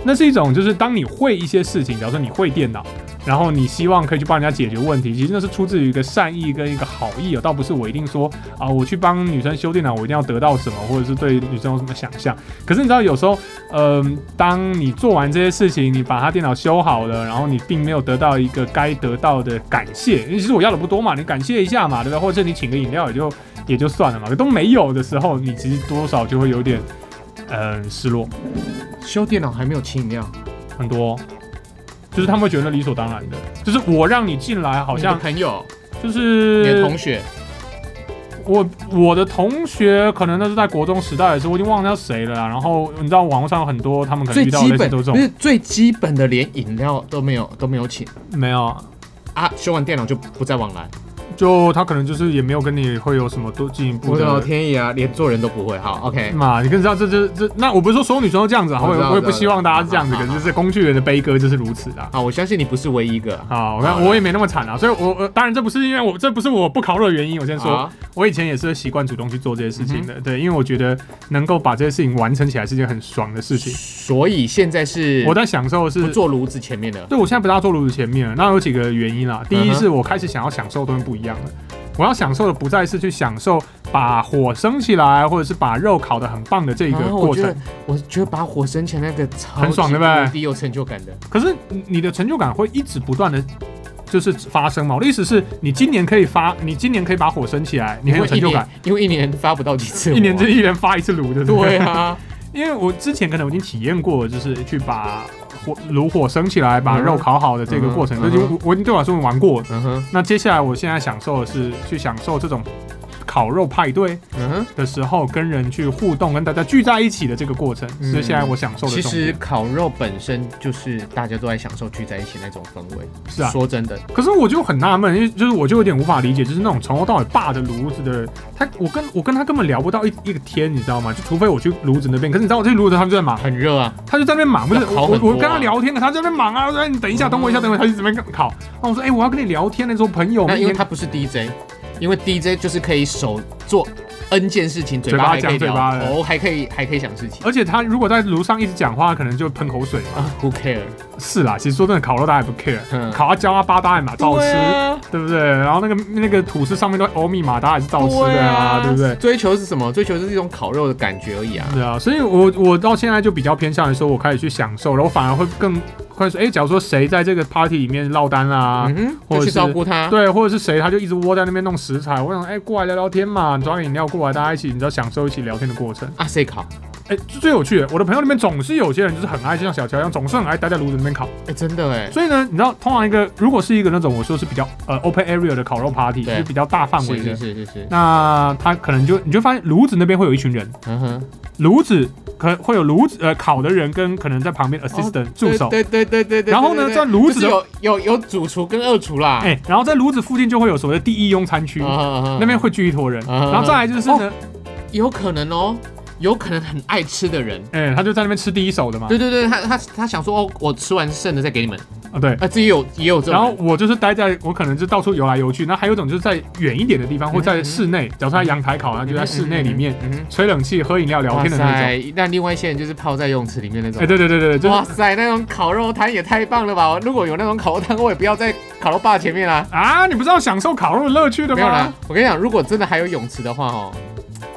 A: 那是一种，就是当你会一些事情，假如说你会电脑，然后你希望可以去帮人家解决问题，其实那是出自于一个善意跟一个好意哦，倒不是我一定说啊、我去帮女生修电脑，我一定要得到什么，或者是对女生有什么想象。可是你知道，有时候嗯，当你做完这些事情，你把他电脑修好了，然后你并没有得到一个该得到的感谢，因为其实我要的不多嘛，你感谢一下嘛，对不对？或者你请个饮料也就也就算了嘛，可都没有的时候，你其实多少就会有点嗯失落，
B: 修电脑还没有清饮料，
A: 很多哦、就是他们会觉得理所当然的，就是我让你进来，好
B: 你的
A: 像
B: 朋友、
A: 就
B: 你的
A: 是
B: 同学，
A: 我我的同学可能那是在国中时代的时候，我已经忘掉谁了啦。然后你知道网络上有很多他们可能
B: 最
A: 遇到的
B: 基
A: 类似
B: 本
A: 都是这
B: 不
A: 种
B: 是最基本的，连饮料都没有都没有请
A: 没有啊，
B: 啊！修完电脑就不再往来。
A: 就他可能就是也没有跟你会有什么多进一步
B: 我的
A: 的。
B: 天爷啊，连做人都不会。好，OK，
A: 嘛，你更知道这这这，那我不是说所有女生都这样子啊，
B: 我
A: 我
B: 知
A: 也
B: 道
A: 我也
B: 我
A: 不
B: 知道
A: 希望大家是这样子，
B: 好好
A: 可
B: 好
A: 是这工具人的悲歌就是如此啊。
B: 啊，我相信你不是唯一一个。
A: 好，
B: 好
A: 那
B: 的
A: 我也没那么惨啊，所以我我当然这不是因为我这不是我不烤肉的原因，我先说，
B: 好，
A: 我以前也是习惯主动去做这些事情
B: 嗯
A: 的，对，因为我觉得能够把这些事情完成起来是件很爽的事情，
B: 所以现在是
A: 我在享受的是
B: 不做炉子前面的。
A: 对，我现在不大做炉子前面了，那有几个原因啦。第一
B: 嗯哼
A: 是我开始想要享受的东西不一样了，我要享受的不再是去享受把火升起来，或者是把肉烤得很棒的这一个
B: 啊
A: 过
B: 我觉
A: 程。
B: 得，我觉得把火生前那个超
A: 很爽对不对
B: 级有成就感的。
A: 可是你你的成就感会一直不断的。就是发生嘛，我的意思是你今年可以发，你今年可以把火升起来，你很有成就感。
B: 因为一年，因为一年发不到几次火啊，
A: 一年就一人发一次炉，对不
B: 对啊，
A: 因为我之前可能我已经体验过，就是去把火炉火升起来，把
B: 嗯哼
A: 肉烤好的这个过程，
B: 嗯
A: 这
B: 哼
A: 就
B: 嗯哼
A: 我我已经对我来说玩过了
B: 嗯哼，
A: 那接下来我现在享受的是去享受这种烤肉派对
B: 嗯哼。
A: 的时候，跟人去互动，跟大家聚在一起的这个过程，
B: 嗯
A: 是现在我享受的
B: 其
A: 重
B: 实
A: 点。
B: 烤肉本身就是大家都在享受聚在一起那种氛围。
A: 是啊
B: 说真的，
A: 可是我就很纳闷，因为就是我就有点无法理解，就是那种从头到尾霸着炉子的，他我跟我跟他根本聊不到一一个天，你知道吗？就除非我去炉子那边，可是你知道我去炉子他们就在忙，
B: 很热啊，
A: 他就在那边忙，不是
B: 要
A: 我
B: 烤
A: 我
B: 很多啊嗯
A: 我跟他聊天，可他在那边忙啊，我说你等一下，等我一下，等我一下，他就在那边烤。那我说哎、我要跟你聊天的时候，朋友，我
B: 那
A: 们
B: 因
A: 以
B: 为
A: 前
B: 它不是 DJ，因为 DJ 就是可以手做 N 件事情，嘴
A: 嘴巴
B: 巴还可以
A: 讲嘴巴
B: 聊，
A: 的
B: 头还可以还可以想事情。
A: 而且他如果在炉上一直讲话，可能就喷口水嘛。
B: 啊，Who care？
A: 是啦，其实说真的，烤肉大家也不 care，、
B: 嗯
A: 烤啊焦啊巴大爱嘛，照吃，
B: 对啊
A: 对不对？然后那个那个吐司上面都欧米嘛，大家也是照吃的啊，对不对？
B: 追求是什么？追求就是一种烤肉的感觉而已啊。
A: 对啊，所以我我到现在就比较偏向于说，我开始去享受，然后反而会更快说，哎，假如说谁在这个 party 里面落单啦、
B: 嗯哼，
A: 或者
B: 就是去照顾他。
A: 对，或者是谁他就一直窝在那边弄食材，我想哎过来聊聊天嘛，你抓个饮料过来，大家一起你知道享受一起聊天的过程，
B: 啊，谁烤？
A: 哎，这最有趣的。我的朋友里面总是有些人就是很爱，就像小乔一样，总是很爱待在炉子里面烤。
B: 哎，真的哎，
A: 所以呢，你知道，通常一个如果是一个那种我说是比较呃 open area 的烤肉 party，就
B: 对
A: 是比较大范围
B: 是
A: 的，
B: 是是是是，
A: 那他可能就你就发现炉子那边会有一群人，
B: 嗯哼，
A: 炉子可会有炉子呃烤的人跟可能在旁边 assistant、助手。
B: 哦对对对对对。
A: 然后呢
B: 对对
A: 在炉子
B: 就是
A: 的
B: 有有有主厨跟二厨啦。嗯
A: 哎、然后在炉子附近就会有所谓的第一佣餐区，
B: 那
A: 那边会聚一坨人。
B: 啊
A: 然后再来就是呢，
B: 嗯有可能哦，有可能很爱吃的人。
A: 哎、他就在那边吃第一手的嘛。
B: 对对对，他他他想说哦，我吃完剩的再给你们，
A: 啊，对。
B: 啊，自己有也有这种
A: 然
B: 人，
A: 后我就是待在，我可能就到处游来游去。那还有一种就是在远一点的地方，或在室内，假如说在阳台烤，然后就在室内里面
B: 嗯哼，
A: 吹冷气、喝饮料、聊
B: 哇
A: 天的那种。
B: 塞，那另外一些人就是泡在游泳池里面那种
A: 哎，。对对对对对，就是
B: 哇塞，那种烤肉摊也太棒了吧！如果有那种烤肉摊，我也不要在烤肉吧前面啦、
A: 啊，你不是要享受烤肉的乐趣的
B: 没有啦
A: 吗？，
B: 我跟你讲，如果真的还有泳池的话，哦，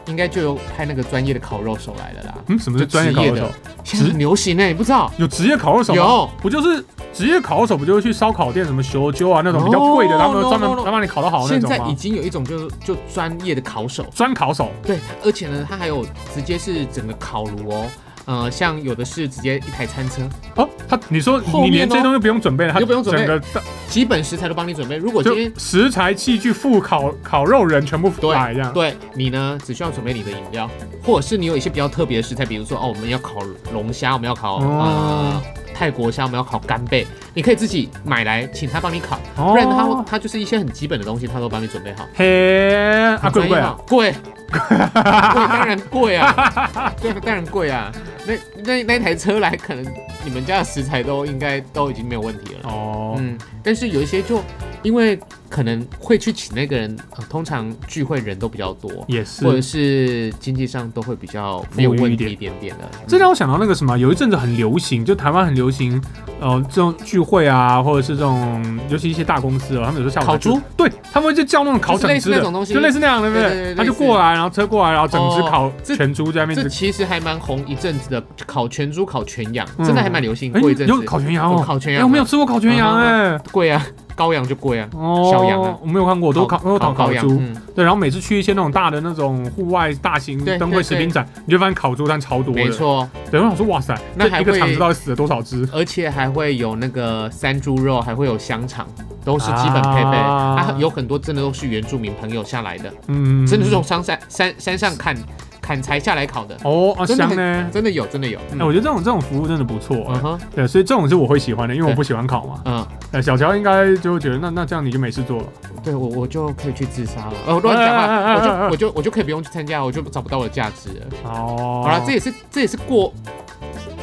B: 应该就有派那个专业的烤肉手来了啦。
A: 嗯，什么是
B: 就
A: 专业
B: 职
A: 烤肉
B: 的
A: 手？
B: 现在很流行呢、你不知道？
A: 有职业烤肉手吗？
B: 有，
A: 不就是职业烤肉手不就是去烧烤店什么修究啊那种比较贵的，
B: No，
A: 他们
B: no，
A: 专门
B: no，no
A: 他帮你烤得好那
B: 现
A: 种
B: 在已
A: 吗？
B: 经有一种就是就专业的烤手，
A: 专烤手
B: 对，而且呢，它还有直接是整个烤炉哦。呃，像有的是直接一台餐车，
A: 哦，他你说
B: 后面
A: 你连
B: 哦
A: 这些东西不用准备了，他
B: 就不用准
A: 整
B: 备
A: 个
B: 基本食材都帮你准备。如果今天
A: 就食材、器具、副烤烤肉人全部
B: 对
A: 来这样。
B: 对你呢，只需要准备你的饮料，或者是你有一些比较特别的食材，比如说哦，我们要烤龙虾，我们要烤、
A: 哦
B: 呃泰国虾，我们要烤干贝，你可以自己买来，请他帮你烤，
A: 哦
B: 不然他他就是一些很基本的东西，他都帮你准备好。
A: 嘿，啊贵不贵啊？
B: 贵，贵 当然贵啊，对，当然贵啊。那那那台车来，可能你们家的食材都应该都已经没有问题了。
A: 哦，
B: 嗯，但是有一些就因为可能会去请那个人，呃通常聚会人都比较多，
A: 也
B: 或者
A: 是。
B: 是经济上都会比较没有问
A: 富裕
B: 题
A: 一
B: 一点点的。
A: 这让我想到那个什么，有一阵子很流行，就台湾很流行，呃，这种聚会啊，或者是这种，尤其一些大公司哦，他们有时候下午
B: 烤猪，
A: 对他们就叫那种烤整只
B: 就是类似
A: 的，
B: 那种东西
A: 就类似那样的，对不
B: 对对
A: 对？
B: 对
A: 他就
B: 类似
A: 过来，然后车过来，然后整只
B: 哦
A: 烤
B: 这
A: 全猪在那边
B: 这。其实还蛮红一阵子的，烤全猪、烤全羊，
A: 嗯
B: 真的还蛮流行。
A: 哎
B: 过一阵，
A: 有
B: 子，
A: 烤全羊
B: 有
A: 哦，
B: 烤全
A: 哎，
B: 羊，啊
A: 我没有吃过烤全羊哎，
B: 贵啊，羔羊就贵啊，
A: 哦，
B: 小羊啊
A: 我没有看过，我都烤，我都烤烤
B: 羔羊。
A: 猪。
B: 嗯
A: 对，然后每次去一些那种大的那种户外大型
B: 对
A: 灯会
B: 对
A: 食品展，你就发现烤猪摊超多的。
B: 没错，
A: 对，我想说，哇塞，
B: 那
A: 这
B: 还
A: 一个
B: 会
A: 厂子到底死了多少 只？
B: 而且还会有那个山猪肉，还会有香肠，都是基本配备。
A: 啊
B: 啊，有很多真的都是原住民朋友下来的，
A: 嗯，
B: 真的是从山上山山上砍砍柴下来烤的，
A: 哦，啊
B: 真的
A: 香
B: 很
A: 呢。
B: 真的有，真的有。嗯
A: 哎，我觉得这种这种服务真的不错
B: 嗯。哼，
A: 对，所以这种是我会喜欢的，因为我
B: 对
A: 不喜欢烤嘛。
B: 嗯，
A: 呃，小乔应该就会觉得，那那这样你就没事做了。
B: 对我我就可以去自杀了。哦，乱讲
A: 哎哎
B: 话，
A: 哎
B: 我
A: 哎哎
B: 就我就我就可以不用去参加，我就找不到我的价值了。
A: 哦，
B: 好了，这也是这也是过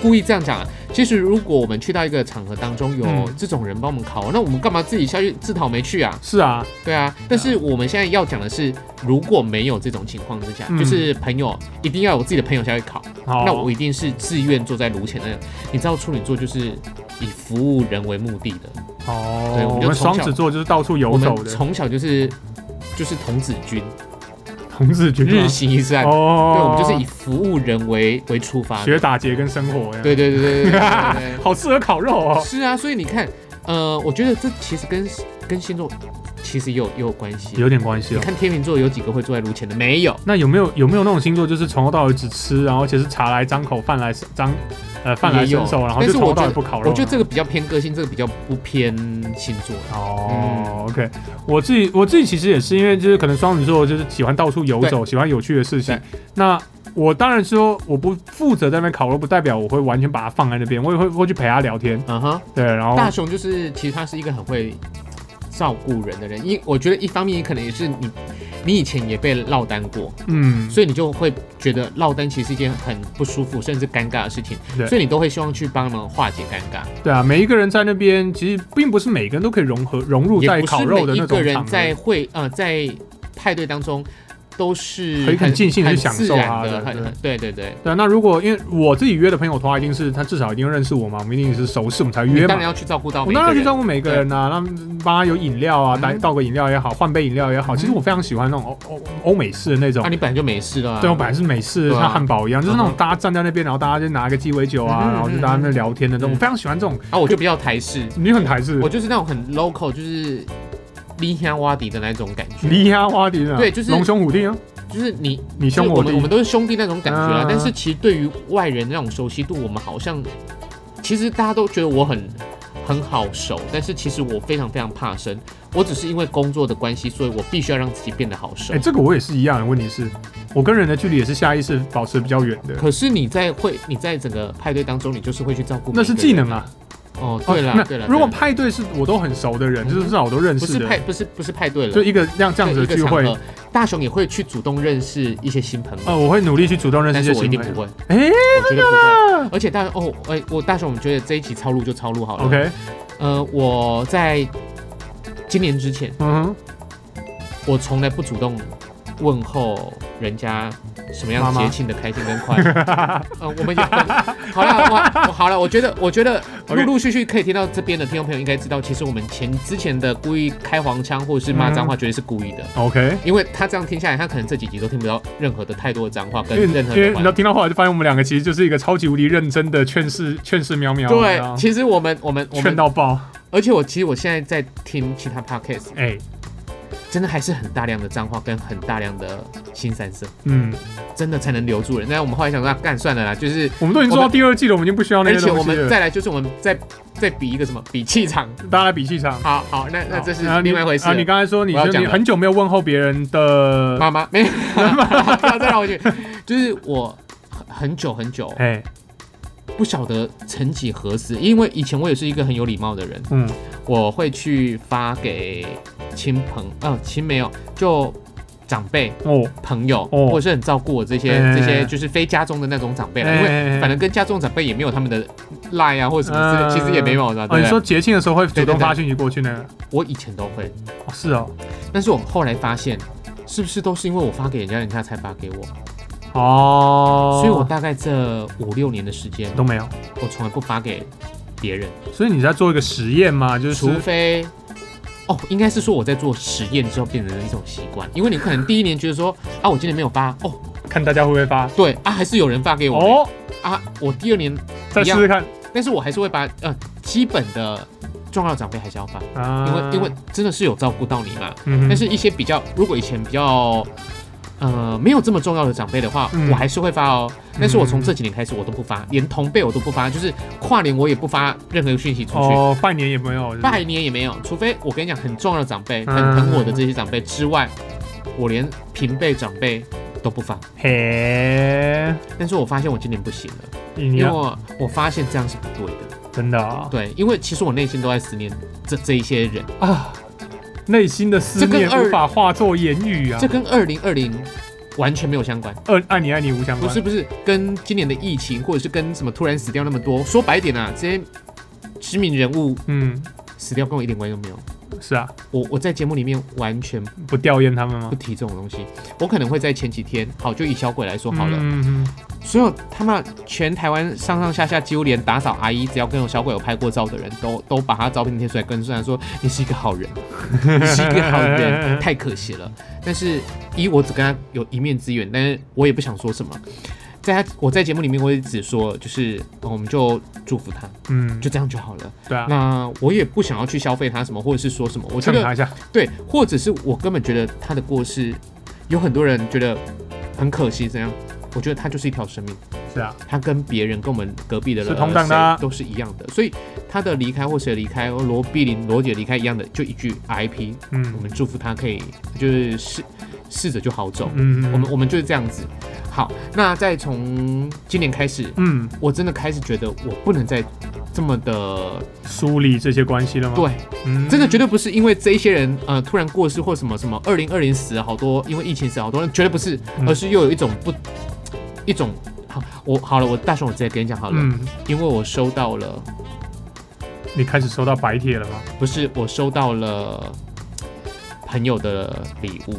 B: 故意这样讲啊。其实如果我们去到一个场合当中有
A: 嗯
B: 这种人帮我们烤，那我们干嘛自己下去自讨没趣啊？
A: 是啊，
B: 对啊，但是我们现在要讲的是，如果没有这种情况之下，
A: 嗯哦
B: 就是朋友一定要有自己的朋友下去烤，
A: 好，
B: 那我一定是自愿坐在炉前的。你知道处女座就是以服务人为目的的，
A: 哦，
B: 对我们
A: 我
B: 就
A: 们
B: 从小
A: 双子座就是到处
B: 我
A: 游
B: 们
A: 走的，哦
B: 从小就是就是童子 军，
A: 童子军
B: 日
A: 吗
B: 行一善，
A: 哦，
B: 对，我们就是以服务人为为出发的。
A: 学打劫跟生活呀，
B: 对对对对对对对
A: 好适合烤肉
B: 对，
A: 哦。
B: 是啊，所以你看，呃，我觉得这其实跟跟星座其实也有也有关系。
A: 有点关系
B: 你
A: 哦。
B: 看天秤座有几个会坐在炉前的？没有。
A: 那有没有有没有那种星座，就是从头到尾只吃，然后而且是茶来张口，饭来张，呃，饭来
B: 也有
A: 伸手，然后
B: 但
A: 就是从头
B: 我
A: 到
B: 觉
A: 尾
B: 得
A: 不烤肉呢？啊
B: 我觉得这个比较偏个性，这个比较不偏星座啦。
A: 哦、o k 我自己我自己其实也是，因为就是可能双子座就是喜欢到处游走，喜欢有趣的事情
B: 对。
A: 那我当然说我不负责在那边烤肉，不代表我会完全把它放在那边，我也会会去陪他聊天。
B: 嗯哼，
A: 对，然后
B: 大雄就是其实他是一个很会照顾人的人，因我觉得一方面也可能也是你，你以前也被落单过，
A: 嗯，
B: 所以你就会觉得落单其实是一件很不舒服甚至尴尬的事情
A: 对，
B: 所以你都会希望去帮忙化解尴尬。
A: 对啊，每一个人在那边其实并不是每个人都可以融合融入
B: 也
A: 在
B: 不
A: 烤
B: 是
A: 肉的那
B: 每一个
A: 种场
B: 人
A: 合
B: 在会呃在派对当中都是
A: 可以很尽兴地去享受啊
B: 很自然的，
A: 对
B: 很很对对对，
A: 对啊，那如果因为我自己约的朋友的话，一定是他至少一定认识我嘛，我们一定是熟识，我们才
B: 你
A: 约嘛
B: 当然。要去照顾到
A: 我
B: 每一
A: 当
B: 个
A: 然去
B: 人。
A: 照顾每个人呐、啊，那帮他有饮料啊，
B: 嗯
A: 来倒个饮料也好，换杯饮料也好。
B: 嗯
A: 其实我非常喜欢那种欧欧欧美式的那种
B: 啊，，你本来就没事了啊。
A: 对我本来是美式，
B: 对啊
A: 像汉堡一样，就是那种
B: 嗯
A: 大家站在那边，然后大家就拿个鸡尾酒啊
B: 嗯，
A: 然后就大家在那聊天的那种。
B: 嗯
A: 我非常喜欢这种，
B: 啊，我就比较台式，
A: 你很台式
B: 我，就是那种很 local，就是离乡洼底的那种感觉，
A: 离哈哇迪啊，
B: 对就是
A: 龙兄虎弟啊，
B: 就是你
A: 你
B: 就是
A: 兄
B: 我
A: 弟
B: 们我，们都是兄弟那种感觉啦。
A: 嗯
B: 但是其实对于外人那种熟悉度，我们好像其实大家都觉得我很很好熟，但是其实我非常非常怕生。我只是因为工作的关系，所以我必须要让自己变得好熟
A: 哎，。这个我也是一样的。问题是，我跟人的距离也是下意识保持比较远的，
B: 可是你在会你在整个派对当中，你就是会去照顾
A: 那是
B: 每一
A: 技
B: 个人
A: 能啊。
B: 哦，对
A: 那
B: 了对了，
A: 如果
B: 对啦
A: 派对是我都很熟的人，就是至少我都认
B: 不
A: 识
B: 是派
A: 的，
B: 不是不是派对了，
A: 就一个这样这样子
B: 对
A: 的
B: 一
A: 聚
B: 个
A: 会
B: 场，合，大雄也会去主动认识一些新朋友。
A: 呃，我会努力去主动认识
B: 但
A: 一
B: 是
A: 些
B: 我一
A: 新
B: 定
A: 朋
B: 不
A: 友。
B: 会，
A: 哎
B: 我绝对不会。而且大哦，哎、我大雄，我们觉得这一集抄录就抄录好了。
A: ，OK，
B: 呃，我在今年之前，
A: 嗯哼，
B: 我从来不主动问候人家什么样
A: 妈妈
B: 节庆的开心跟快 乐。呃，我们也好了，我我 好了，我觉得我觉得
A: OK
B: 陆陆续续可以听到这边的听众朋友应该知道，其实我们前之前的故意开黄腔或者是骂脏
A: 嗯
B: 话，绝对是故意的。
A: OK，
B: 因为他这样听下来，他可能这几集都听不到任何的太多的脏话跟
A: 因为
B: 任
A: 嗯因
B: 何
A: 为
B: 的
A: 你
B: 玩
A: 知道听到后来就发现我们两个其实就是一个超级无敌认真的劝世劝世喵喵，你知道
B: 对，
A: 吗
B: 其实我们我们我
A: 劝
B: 们，
A: 到爆，
B: 而且我其实我现在在听其他 podcast，
A: 哎、
B: 真的还是很大量的脏话跟很大量的新三色，
A: 嗯，
B: 真的才能留住人。那我们后来想说，啊干算了啦，就是
A: 我们都已经做到第二季了，我们已经不需要那
B: 而
A: 些
B: 且我
A: 东西
B: 们
A: 了。
B: 再来就是我们再再比一个什么比气场，
A: 大家来比气场，
B: 好好，那那这是
A: 然后你
B: 另外一回事
A: 啊，。你刚才说你
B: 我要
A: 说
B: 讲
A: 你
B: 了
A: 很久没有问候别人的，
B: 妈妈没 有，不要再让我去，就是我很很久很久
A: 哎，
B: 不晓得曾几何时，因为以前我也是一个很有礼貌的人，
A: 嗯
B: 我会去发给亲朋，呃，亲没有，就长辈、
A: 哦，
B: 朋友，
A: 哦
B: 或者是很照顾我这些、
A: 哎
B: 这些，就是非家中的那种长辈啦，因为
A: 哎
B: 反正跟家中长辈也没有他们的赖啊，或者什么之类，
A: 嗯
B: 其实也没有
A: 哦，
B: 的，啊对
A: 你
B: 不
A: 说
B: 对？
A: 节庆的时候会主
B: 对对
A: 动
B: 对
A: 发信息过去那个，
B: 我以前都会，
A: 哦是哦，
B: 但是我后来发现。是不是都是因为我发给人家，人家才发给我？
A: 哦，
B: 所以我大概这五六年的时间，
A: 都没有，
B: 我从来不发给别人，
A: 所以你在做一个实验嘛，就是
B: 除非哦，应该是说我在做实验之后变成了一种习惯，因为你可能第一年觉得说啊，我今年没有发哦，
A: 看大家会不会发，
B: 对啊，还是有人发给我、
A: 哦，
B: 啊，我第二年，
A: 再试试看
B: 但是我还是会把呃基本的重要的长辈还是要发，
A: 啊，
B: 因为因为真的是有照顾到你嘛，
A: 嗯哼，
B: 但是一些比较如果以前比较。呃，没有这么重要的长辈的话，
A: 嗯
B: 我还是会发哦。但是我从这几年开始，我都不发，连同辈我都不发，就是跨年我也不发任何讯息出去。
A: 哦，拜年也没有，是不是
B: 拜年也没有，除非我跟你讲很重要的长辈，
A: 嗯
B: 很疼我的这些长辈之外，我连平辈长辈都不发。
A: 嘿，
B: 但是我发现我今年不行了，
A: 你
B: 因为
A: 要
B: 我我发现这样是不对的。
A: 真的啊
B: 对，因为其实我内心都在思念这这一些人，
A: 啊，内心的思
B: 这跟
A: 念
B: 二
A: 无法化作言语啊
B: 这，跟二零二零完全没有相关，
A: 二爱你爱你无相
B: 不
A: 关，
B: 是不是跟今年的疫情，或者是跟什么突然死掉那么多，说白一点啊，这些知名人物
A: 嗯，
B: 死掉跟我一点关系都没有。
A: 是啊，
B: 我我在节目里面完全
A: 不吊唁他们吗
B: 不？提这种东西，我可能会在前几天，好就以小鬼来说好了，
A: 嗯嗯嗯
B: 所有他妈全台湾上上下下，几乎连打扫阿姨，只要跟有小鬼有拍过照的人都都把他照片贴出来跟虽然说你是一个好人，你是一个好人，太可惜了。 但是一我只跟他有一面之缘，但是我也不想说什么。在他我在节目里面我也只说，就是、呃我们就祝福他，
A: 嗯，
B: 就这样就好了。
A: 对啊，
B: 那我也不想要去消费他什么，或者是说什么。我觉
A: 蹭
B: 得
A: 他一下，
B: 对，或者是我根本觉得他的过世，有很多人觉得很可惜，怎样？我觉得他就是一条生命，
A: 是啊，
B: 他跟别人跟我们隔壁的人
A: 是同等的啊
B: 谁都是一样的，所以他的离开或谁离开，或罗碧玲、罗姐离开一样的，就一句 RIP，我
A: 嗯
B: 们祝福他可以就是逝逝者就好走，
A: 嗯嗯，
B: 我们我们就是这样子。好，那再从今年开始，
A: 嗯
B: 我真的开始觉得我不能再这么的
A: 梳理这些关系了吗？
B: 对
A: 嗯，
B: 真的绝对不是因为这一些人呃突然过世或什么什么，二零二零死了好多，因为疫情死了好多人，绝对不是，
A: 嗯
B: 而是又有一种不一种好，我好了，我大雄我直接跟你讲好了，
A: 嗯，
B: 因为我收到了，
A: 你开始收到白帖了吗？
B: 不是我收到了朋友的礼物，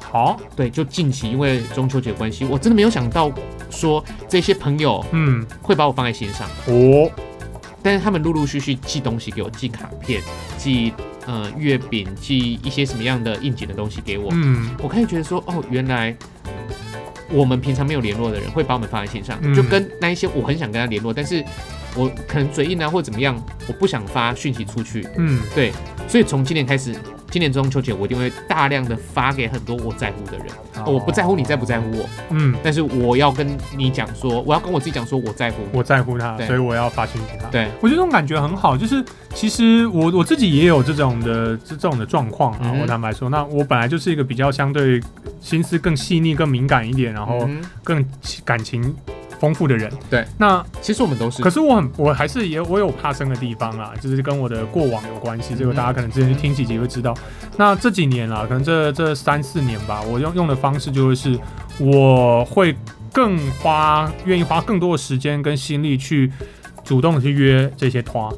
A: 好，
B: 对，就近期因为中秋节关系，我真的没有想到说这些朋友
A: 嗯，
B: 会把我放在心上，
A: 哦，
B: 但是他们陆陆续续寄东西给我，寄卡片，寄呃月饼，寄一些什么样的应景的东西给我，
A: 嗯
B: 我开始觉得说，哦，原来我们平常没有联络的人会把我们放在心上，
A: 嗯
B: 就跟那一些我很想跟他联络，但是我可能嘴硬啊或怎么样，我不想发讯息出去，
A: 嗯，
B: 对，所以从今年开始，今年中秋节我一定会大量的发给很多我在乎的人，哦我不在乎你在不在乎我，
A: 嗯，
B: 但是我要跟你讲说，我要跟我自己讲说我在乎你，
A: 我在乎他，
B: 对
A: 所以我要发信息给他。
B: 对，
A: 我觉得这种感觉很好，就是其实我我自己也有这种的这这种的状况啊
B: 嗯。哼
A: 我坦白说，那我本来就是一个比较相对心思更细腻、更敏感一点，然后
B: 嗯哼
A: 更感情丰富的人。
B: 对，
A: 那
B: 其实我们都是
A: 可，是我很我还是也我有怕生的地方啊，就是跟我的过往有关系。这个
B: 嗯
A: 大家可能之前去听几集会知道。那这几年啊啦，可能这这三四年吧，我用用的方式就会是我会更花愿意花更多的时间跟心力去主动地去约这些团。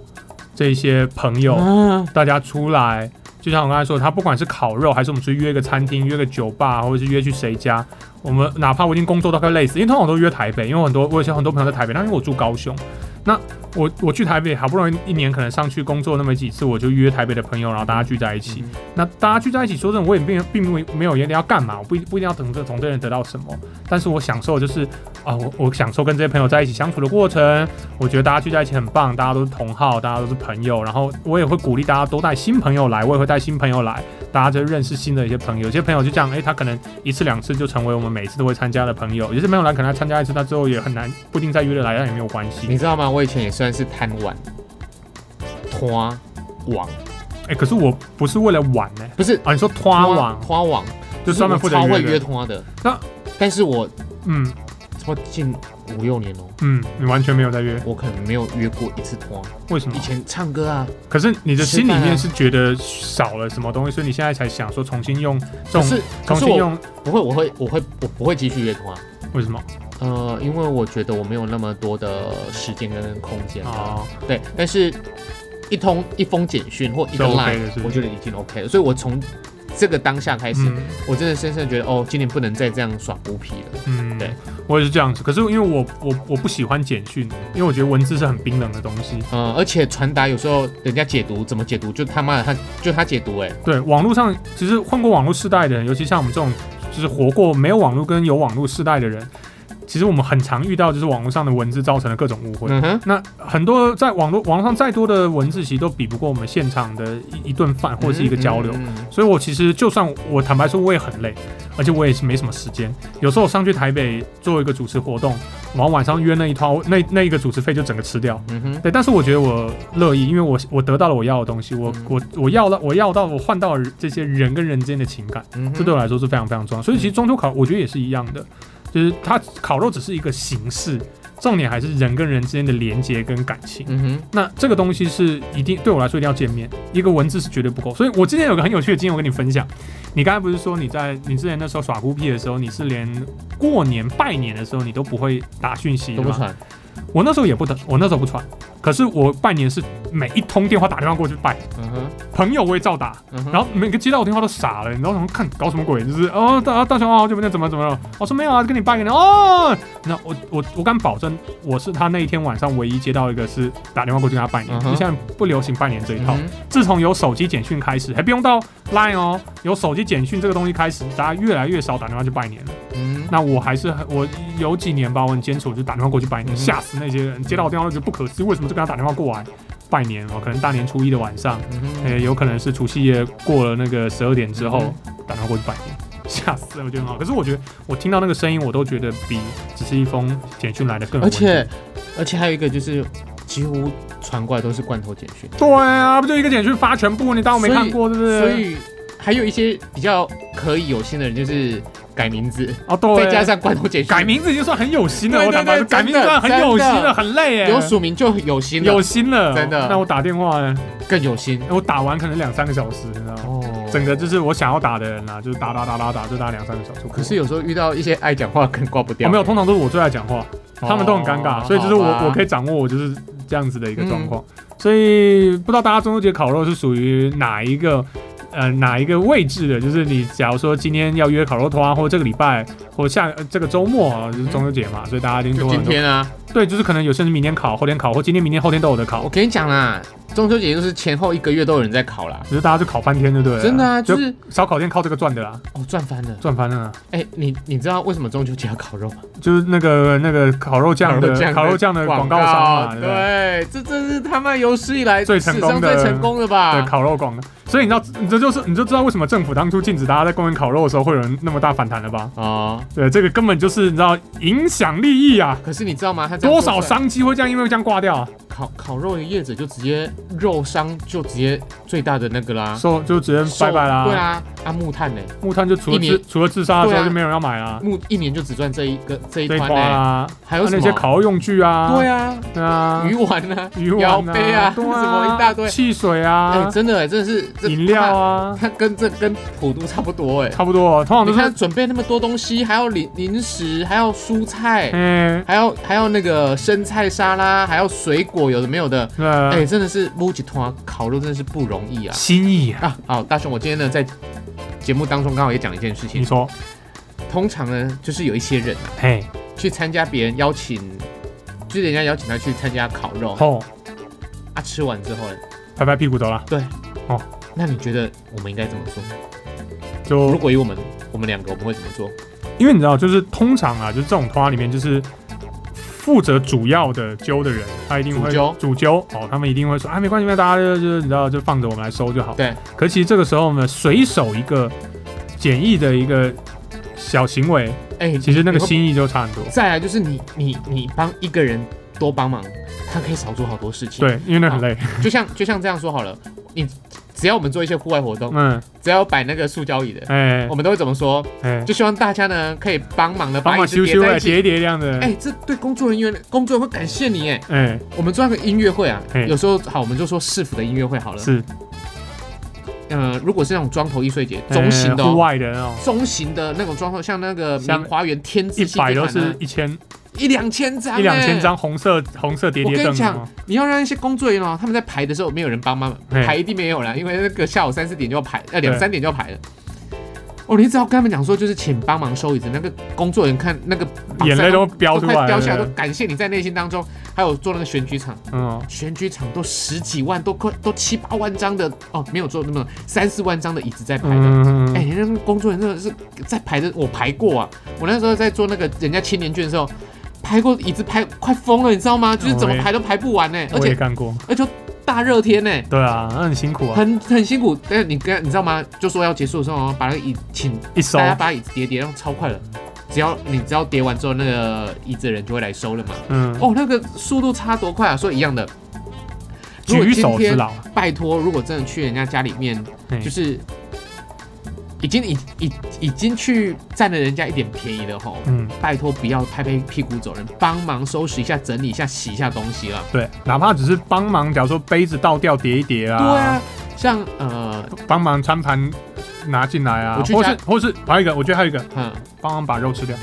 A: 这一些朋友，
B: 啊，
A: 大家出来，就像我刚才说，他不管是烤肉，还是我们去约个餐厅、约个酒吧，或者是约去谁家，我们哪怕我已经工作到快累死，因为通常我都约台北，因为我很多我有些很多朋友在台北，但因为我住高雄，那我我去台北好不容易一年可能上去工作那么几次，我就约台北的朋友，然后大家聚在一起。那大家聚在一起，说真的，我也并并没有没有一定要干嘛，我不一不一定要等这从这人得到什么，但是我享受就是啊，我我享受跟这些朋友在一起相处的过程，我觉得大家聚在一起很棒，大家都是同好，大家都是朋友，然后我也会鼓励大家多带新朋友来，我也会带新朋友来，大家就认识新的一些朋友，有些朋友就这样，诶，他可能一次两次就成为我们每次都会参加的朋友，有些朋友来可能他参加一次，他之后也很难不一定再约得来，但也没有关系
B: 你，知道吗？我以前也算是贪玩，拖网
A: 诶，可是我不是为了玩呢、
B: 不是
A: 啊，你说花网
B: 拖网，
A: 就专门负
B: 我
A: 责
B: 超会
A: 约
B: 约
A: 的
B: 拖的。
A: 那
B: 但是我
A: 嗯
B: 我近五六年哦、
A: 嗯，你完全没有在约，
B: 我可能没有约过一次拖。
A: 为什么
B: 以？前唱歌啊，
A: 可是你的心里
B: 吃饭啊
A: 面是觉得少了什么东西，所以你现在才想说重新用这
B: 可
A: 种
B: 是可
A: 重
B: 是
A: 新
B: 我
A: 用
B: 不会，我会我会我不会继续约拖。
A: 为什么？
B: 呃，因为我觉得我没有那么多的时间跟空间啊。
A: 哦，
B: 对，但是一通一封简讯或一
A: 是
B: 个
A: OK 的
B: line，、
A: 是不是
B: 我觉得已经 OK 了。所以我从这个当下开始，
A: 嗯
B: 我真的深深地觉得，哦，今年不能再这样耍孤僻了。
A: 嗯，
B: 对，
A: 我也是这样子。可是因为我我我不喜欢简讯，因为我觉得文字是很冰冷的东西。
B: 呃，而且传达有时候人家解读怎么解读，就他妈的他就他解读哎、
A: 对，网络上其实混过网络世代的人，尤其像我们这种就是活过没有网络跟有网络世代的人，其实我们很常遇到就是网络上的文字造成的各种误会。
B: 嗯哼，
A: 那很多在网络网络上再多的文字，其实都比不过我们现场的一一顿饭或者是一个交流。
B: 嗯嗯嗯
A: 所以我其实就算我坦白说，我也很累，而且我也是没什么时间。有时候我上去台北做一个主持活动，然后晚上约那一套，那那一个主持费就整个吃掉。
B: 嗯哼，
A: 对，但是我觉得我乐意，因为我我得到了我要的东西，我
B: 嗯
A: 我我要了我要到我换到了这些人跟人之间的情感，
B: 嗯哼
A: 这对我来说是非常非常重要。所以其实中秋烤，我觉得也是一样的，就是它烤肉只是一个形式，重点还是人跟人之间的连接跟感情。
B: 嗯哼，
A: 那这个东西是一定对我来说一定要见面，一个文字是绝对不够。所以我之前有个很有趣的经验，我跟你分享。你刚才不是说你在你之前那时候耍孤僻的时候，你是连过年拜年的时候你都不会打讯息
B: 都
A: 的吗？
B: 不传，
A: 我那时候也不打，我那时候不传。可是我拜年是每一通电话打电话过去拜，
B: 嗯哼，
A: 朋友我也照打，
B: 嗯哼，
A: 然后每个接到我电话都傻了，你知道什么？看搞什么鬼？就是哦，大大雄啊，好久不见，怎么怎么了？我说没有啊，跟你拜个年哦。那我我我敢保证，我是他那一天晚上唯一接到一个是打电话过去跟他拜年，
B: 嗯
A: 就
B: 哼
A: 现在不流行拜年这一
B: 嗯
A: 套。
B: 哼
A: 自从有手机简讯开始，还不用到 Line 哦，有手机简讯这个东西开始，大家越来越少打电话去拜年了。
B: 嗯
A: 那我还是很我有几年吧，我很坚持，我就打电话过去拜年，
B: 嗯
A: 吓、死那些人，接到我电话都觉得不可思议，为什么就跟他打电话过来拜年？哦，可能大年初一的晚上。
B: 嗯哼
A: 诶、有可能是除夕夜过了那个十二点之
B: 嗯
A: 后，打电话过去拜年，吓死了，我觉得很好。可是我觉得我听到那个声音，我都觉得比只是一封简讯来的更
B: 而
A: 稳定。
B: 且而且还有一个就是，几乎传过来都是罐头简讯，
A: 对啊，不就一个简讯发全部，你当我没
B: 所以
A: 看过，对不对？啊
B: 所以还有一些比较可以有心的人，就是改名字，
A: 哦，对，
B: 再加上罐头简讯，
A: 改名字已经算很有心了，
B: 对
A: 我坦白说，
B: 对对
A: 改名字算很有心
B: 真
A: 了，
B: 的
A: 很累耶，
B: 有署名就有心了，
A: 有心了，
B: 真的
A: 那我打电话呢，
B: 更有心
A: 我打完可能两三个小时，你知道吗？
B: 哦。
A: 整个就是我想要打的人啊，就是打打打打打，就打两三个小时。哦
B: 可是有时候遇到一些爱讲话更挂不掉，
A: 我没有，通常都是我最爱讲话，他们都很尴尬，
B: 哦
A: 所以就是我
B: 好吧嗯
A: 我可以掌握我就是这样子的一个状况，所以不知道大家中秋节烤肉是属于哪一个呃哪一个位置的，就是你假如说今天要约烤肉团啊，或者这个礼拜或者下、呃这个周末啊，就是中秋节嘛，所以大家一定
B: 嗯就
A: 多
B: 今天啊，
A: 对，就是可能有些人明天烤，后天烤，或今天明天后天都有的
B: 我
A: 烤，
B: 跟你讲啦，中秋节就是前后一个月都有人在烤啦，
A: 只是大家就烤翻天，对不对？
B: 真的啊，
A: 就
B: 就是
A: 烧烤店靠这个赚的啦，
B: 哦赚翻了。
A: 赚翻了啊。
B: 哎，你你知道为什么中秋节要烤肉吗？
A: 就是那个那个烤肉酱
B: 烤肉
A: 的
B: 酱的
A: 烤肉酱的广告商嘛，对不对
B: 对，这真是他们有史以来
A: 最成功的
B: 史上最成功的吧？
A: 对烤肉广告，所以你知道，你这就是你就知道为什么政府当初禁止大家在公园烤肉的时候会有人那么大反弹了吧？
B: 哦，
A: 对，这个根本就是你知道影响利益啊，
B: 可是你知道吗？他这样
A: 多
B: 做
A: 少
B: 出来
A: 商机会这样因为这样挂掉、啊，
B: 烤烤肉的叶子就直接肉商就直接最大的那个啦，
A: 说就直接拜拜啦。
B: 啊对啊，啊木炭呢、
A: 木炭就除了
B: 一
A: 自
B: 年
A: 除了自杀的时
B: 对
A: 候
B: 啊
A: 就没有人要买啦，
B: 木一年就只赚这一个这一
A: 这一
B: 团
A: 块
B: 呢、
A: 啦，
B: 还有
A: 啊
B: 什
A: 那
B: 么？
A: 些烤肉用具啊，
B: 对啊，
A: 对啊，
B: 鱼丸啊，
A: 鱼
B: 摇
A: 丸
B: 杯啊，
A: 对
B: 什么一大堆。
A: 汽水
B: 哎、
A: 啊，
B: 真的哎、真的是这
A: 饮料啊，
B: 它，它跟这跟普渡差不多哎、
A: 差不多，啊通常
B: 你
A: 都
B: 看
A: 是
B: 准备那么多东西，还要零零食，还要蔬菜，
A: 嗯，
B: 还要还要那个生菜沙拉，还要水果，有的没有的，
A: 对啊
B: 哎、真的是撸一团烤肉真的是不容易啊
A: 心意啊，
B: 啊！好，大雄，我今天呢在节目当中刚好也讲一件事
A: 你
B: 情，
A: 说，
B: 通常呢就是有一些人啊
A: 嘿，
B: 去参加别人邀请，就是人家邀请他去参加烤肉
A: 吼，
B: 啊，吃完之后呢，
A: 拍拍屁股走了，
B: 那你觉得我们应该怎么做？
A: 就
B: 如果以我们我们两个，我们会怎么做？
A: 因为你知道，就是通常啊，就是这种团里面，就是负责主要的揪的人，他一定会
B: 主揪
A: 主揪哦，他们一定会说啊，没关系，没有，大家就就是你知道，就放着我们来收就好。
B: 对。
A: 可其实这个时候呢，随手一个简易的一个小行为，
B: 哎、
A: 其实那个
B: 你会
A: 心意就差很多。
B: 再来就是你你你帮一个人多帮忙，他可以少做好多事情。，
A: 对，因为那很累。
B: 就像就像这样说好了，你只要我们做一些户外活动，
A: 嗯，
B: 只要摆那个塑胶椅的，
A: 哎
B: 我们都会怎么说？
A: 哎，
B: 就希望大家呢可以帮忙的
A: 帮
B: 把椅
A: 忙
B: 子
A: 修
B: 叠
A: 修
B: 在
A: 哎，
B: 一起。
A: 叠一叠这样的。
B: 哎、这对工作人员，工作人员会感谢你哎。
A: 哎，
B: 我们做那个音乐会啊
A: 嘿，
B: 有时候好，我们就说市府的音乐会好了。
A: 是
B: 呃，如果是那种庄头艺术节，中型的、
A: 哎户
B: 哦，
A: 外的那种，
B: 中型的那种庄头，像那个
A: 像
B: 明华园天
A: 一
B: 字系
A: 百都
B: 地毯啊
A: 是一千
B: 一两千张、
A: 一两千。张红色红色叠
B: 我
A: 叠
B: 跟
A: 凳哦
B: 你
A: 的
B: 讲
A: 吗，，
B: 你要让那些工作人员哦，他们在排的时候没有人帮忙，
A: 嘿
B: 排一定没有啦，因为那个下午三四点就要排，呃两三点就要排了。哦，你只要跟他们讲说，就是请帮忙收椅子，那个工作人员看那个
A: 眼泪都飙
B: 都
A: 出
B: 快
A: 来
B: 飙下来，都
A: 了。
B: 感谢你在内心当中，还有做那个选举场，
A: 嗯，
B: 选举场都十几万，都快都七八万张的哦，没有做那么三四万张的椅子在排的。
A: 嗯，
B: 哎、那个工作人员真的是在排的，我排过啊，我那时候在做那个人家青年券的时候，排过椅子排快疯了，你知道吗？就是
A: 哦
B: 怎么排都排不完呢、
A: 我
B: 而
A: 也
B: 且
A: 干过。
B: 而且哎大热天呢、
A: 对啊，那很辛苦啊，
B: 很很辛苦，但是你跟你知道吗？就说要结束的时候哦，把那个椅请
A: 一收
B: 大家把椅子叠叠，然后超快了。只要你只要叠完之后，那个椅子的人就会来收了嘛。
A: 嗯，
B: 哦，那个速度差多快啊！所以一样的，如果
A: 举
B: 今
A: 手之
B: 天
A: 劳。
B: 拜托，如果真的去人家家里面，
A: 嗯
B: 就是已经已已已经去占了人家一点便宜了吼，
A: 嗯，
B: 拜托不要拍拍屁股走人，帮忙收拾一下、整理一下、洗一下东西啦。
A: 对，哪怕只是帮忙，假如说杯子倒掉叠一叠啊，
B: 对啊，像呃，
A: 帮忙餐盘拿进来啊
B: 我，去
A: 或
B: 家
A: 是或是还有一个，我觉得还有一个，
B: 嗯，
A: 帮忙把肉吃掉，